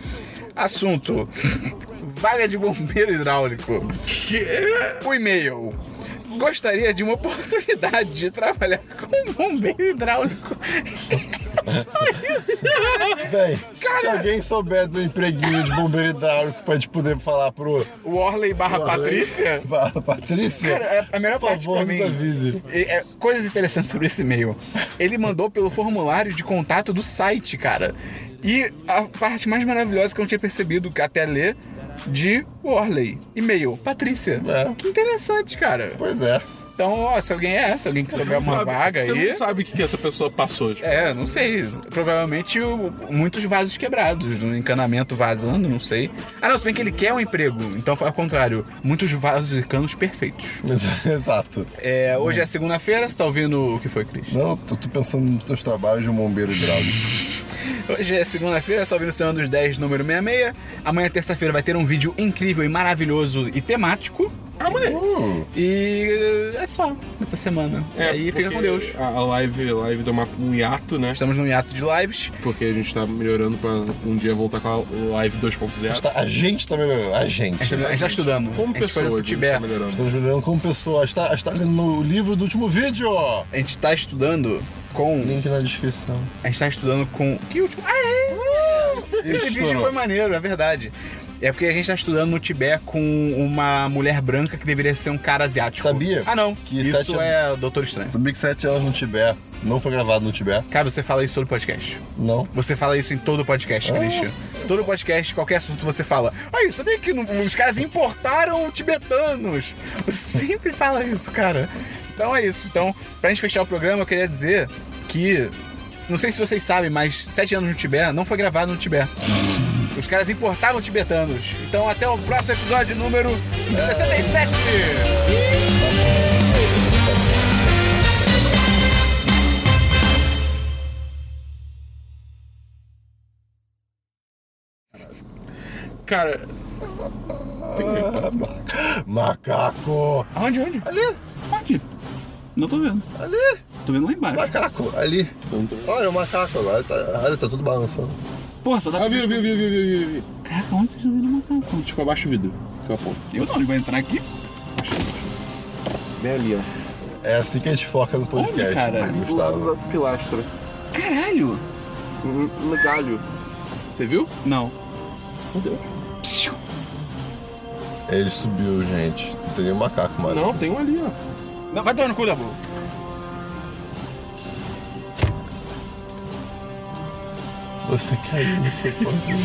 Assunto. Vaga de bombeiro hidráulico. O e-mail. Gostaria de uma oportunidade de trabalhar como bombeiro hidráulico. Só isso. Bem, Cara! se alguém souber do empreguinho de bombeiro hidráulico pra gente poder falar pro. Warley barra Patrícia? Pra Patrícia? Cara, é a melhor Por parte pra favor, nos mim. avise. É, é, coisas interessantes sobre esse e-mail. Ele mandou pelo formulário de contato do site, cara. E a parte mais maravilhosa que eu não tinha percebido, que até ler, de Warley. E-mail, Patrícia. É. Que interessante, cara. Pois é. Então, ó, se alguém é, se alguém que souber uma Sabe- vaga Você aí. não sabe o que, que essa pessoa passou, tipo. É, não sei. Provavelmente o- muitos vasos quebrados, um encanamento vazando, não sei. Ah, não, se bem que ele quer um emprego. Então foi ao contrário. Muitos vasos e canos perfeitos. Exato. É, hoje é segunda-feira, você tá ouvindo o que foi, Cris? Não, eu tô, tô pensando nos teus trabalhos de um bombeiro hidráulico. Hoje é segunda-feira, você tá ouvindo o Semana dos 10, número 66. Amanhã, terça-feira, vai ter um vídeo incrível e maravilhoso e temático. Amanhã. E é só essa semana. E É, aí fica porque com Deus. A a live, a live deu uma, um hiato, né? Estamos no hiato de lives. Porque a gente tá melhorando pra um dia voltar com a live 2.0. Tá- a gente tá melhorando, a gente. A gente, tá- a gente tá estudando. Como a gente foi pessoa, pro a gente Tibete. tá melhorando. Estamos melhorando como pessoa. A gente tá, a gente tá lendo o livro do último vídeo. A gente tá estudando com. Link na descrição. A gente tá estudando com. Que último. Ah, é! Esse Estourou. vídeo foi maneiro, é verdade. É porque a gente tá estudando no Tibete com uma mulher branca que deveria ser um cara asiático. Sabia? Ah, não. Que sete isso anos- é Doutor Estranho. Sabia que sete anos no Tibete não foi gravado no Tibete? Cara, você fala isso todo podcast. Não. Você fala isso em todo podcast, Christian. Todo podcast, qualquer assunto você fala. Olha, sabia que no- os caras importaram tibetanos? Você sempre fala isso, cara. Então é isso. Então, pra gente fechar o programa, eu queria dizer que. Não sei se vocês sabem, mas Sete Anos no Tibete não foi gravado no Tibete. Os caras importaram tibetanos. Então até o próximo episódio número é, 67. Cara, Macaco! Aonde, onde? Ali, Onde? Não tô vendo. ali, Tô vendo lá embaixo. macaco, ali. Olha o macaco agora, tá, olha, tá tudo balançando. Porra, só dá ah, viu, viu, viu, viu, viu, viu, viu. Caraca, onde vocês estão vendo o macaco? Tipo, abaixa o vidro. Que eu aponto. Eu não, ele vai entrar aqui. Bem ali, ó. É assim que a gente foca no podcast, cara? Do Gustavo. lado da pilastra. Caralho! No, no galho. Você viu? Não. Meu Deus. Ele subiu, gente. Não tem nenhum macaco, mano. Não, tem um ali, ó. Não, vai tomar no cu da boca. Você caiu no seu próprio.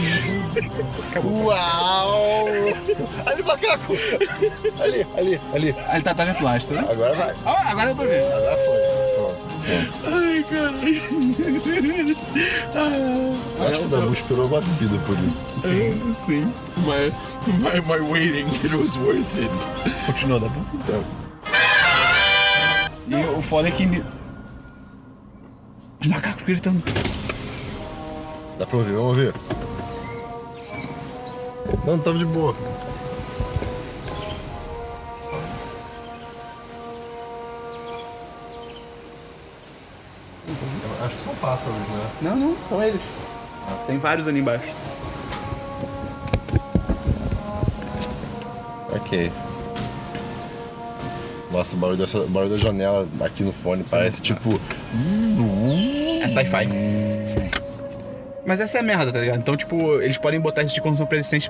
Uau! Ali, macaco! Ali, ali, ali. Ele tá atrás da plástica. né? Agora vai. Ah, agora eu vou ver. Agora foi. Pronto. Ai, cara. Eu acho que o Dabu esperou uma vida por isso. Sim. Sim. My, my, my waiting, it was worth it. Continua, Dabu. Então, E o foda é que. ni- Os macacos gritando. dá pra ouvir, vamos ouvir. Não, tava de boa. Acho que são pássaros, né? Não, não, são eles. Tem vários ali embaixo. Ok. Nossa, o barulho, dessa, o barulho da janela aqui no fone parece tipo. É sci-fi. Mas essa é a merda, tá ligado? Então, tipo, eles podem botar isso de condição pré-existente.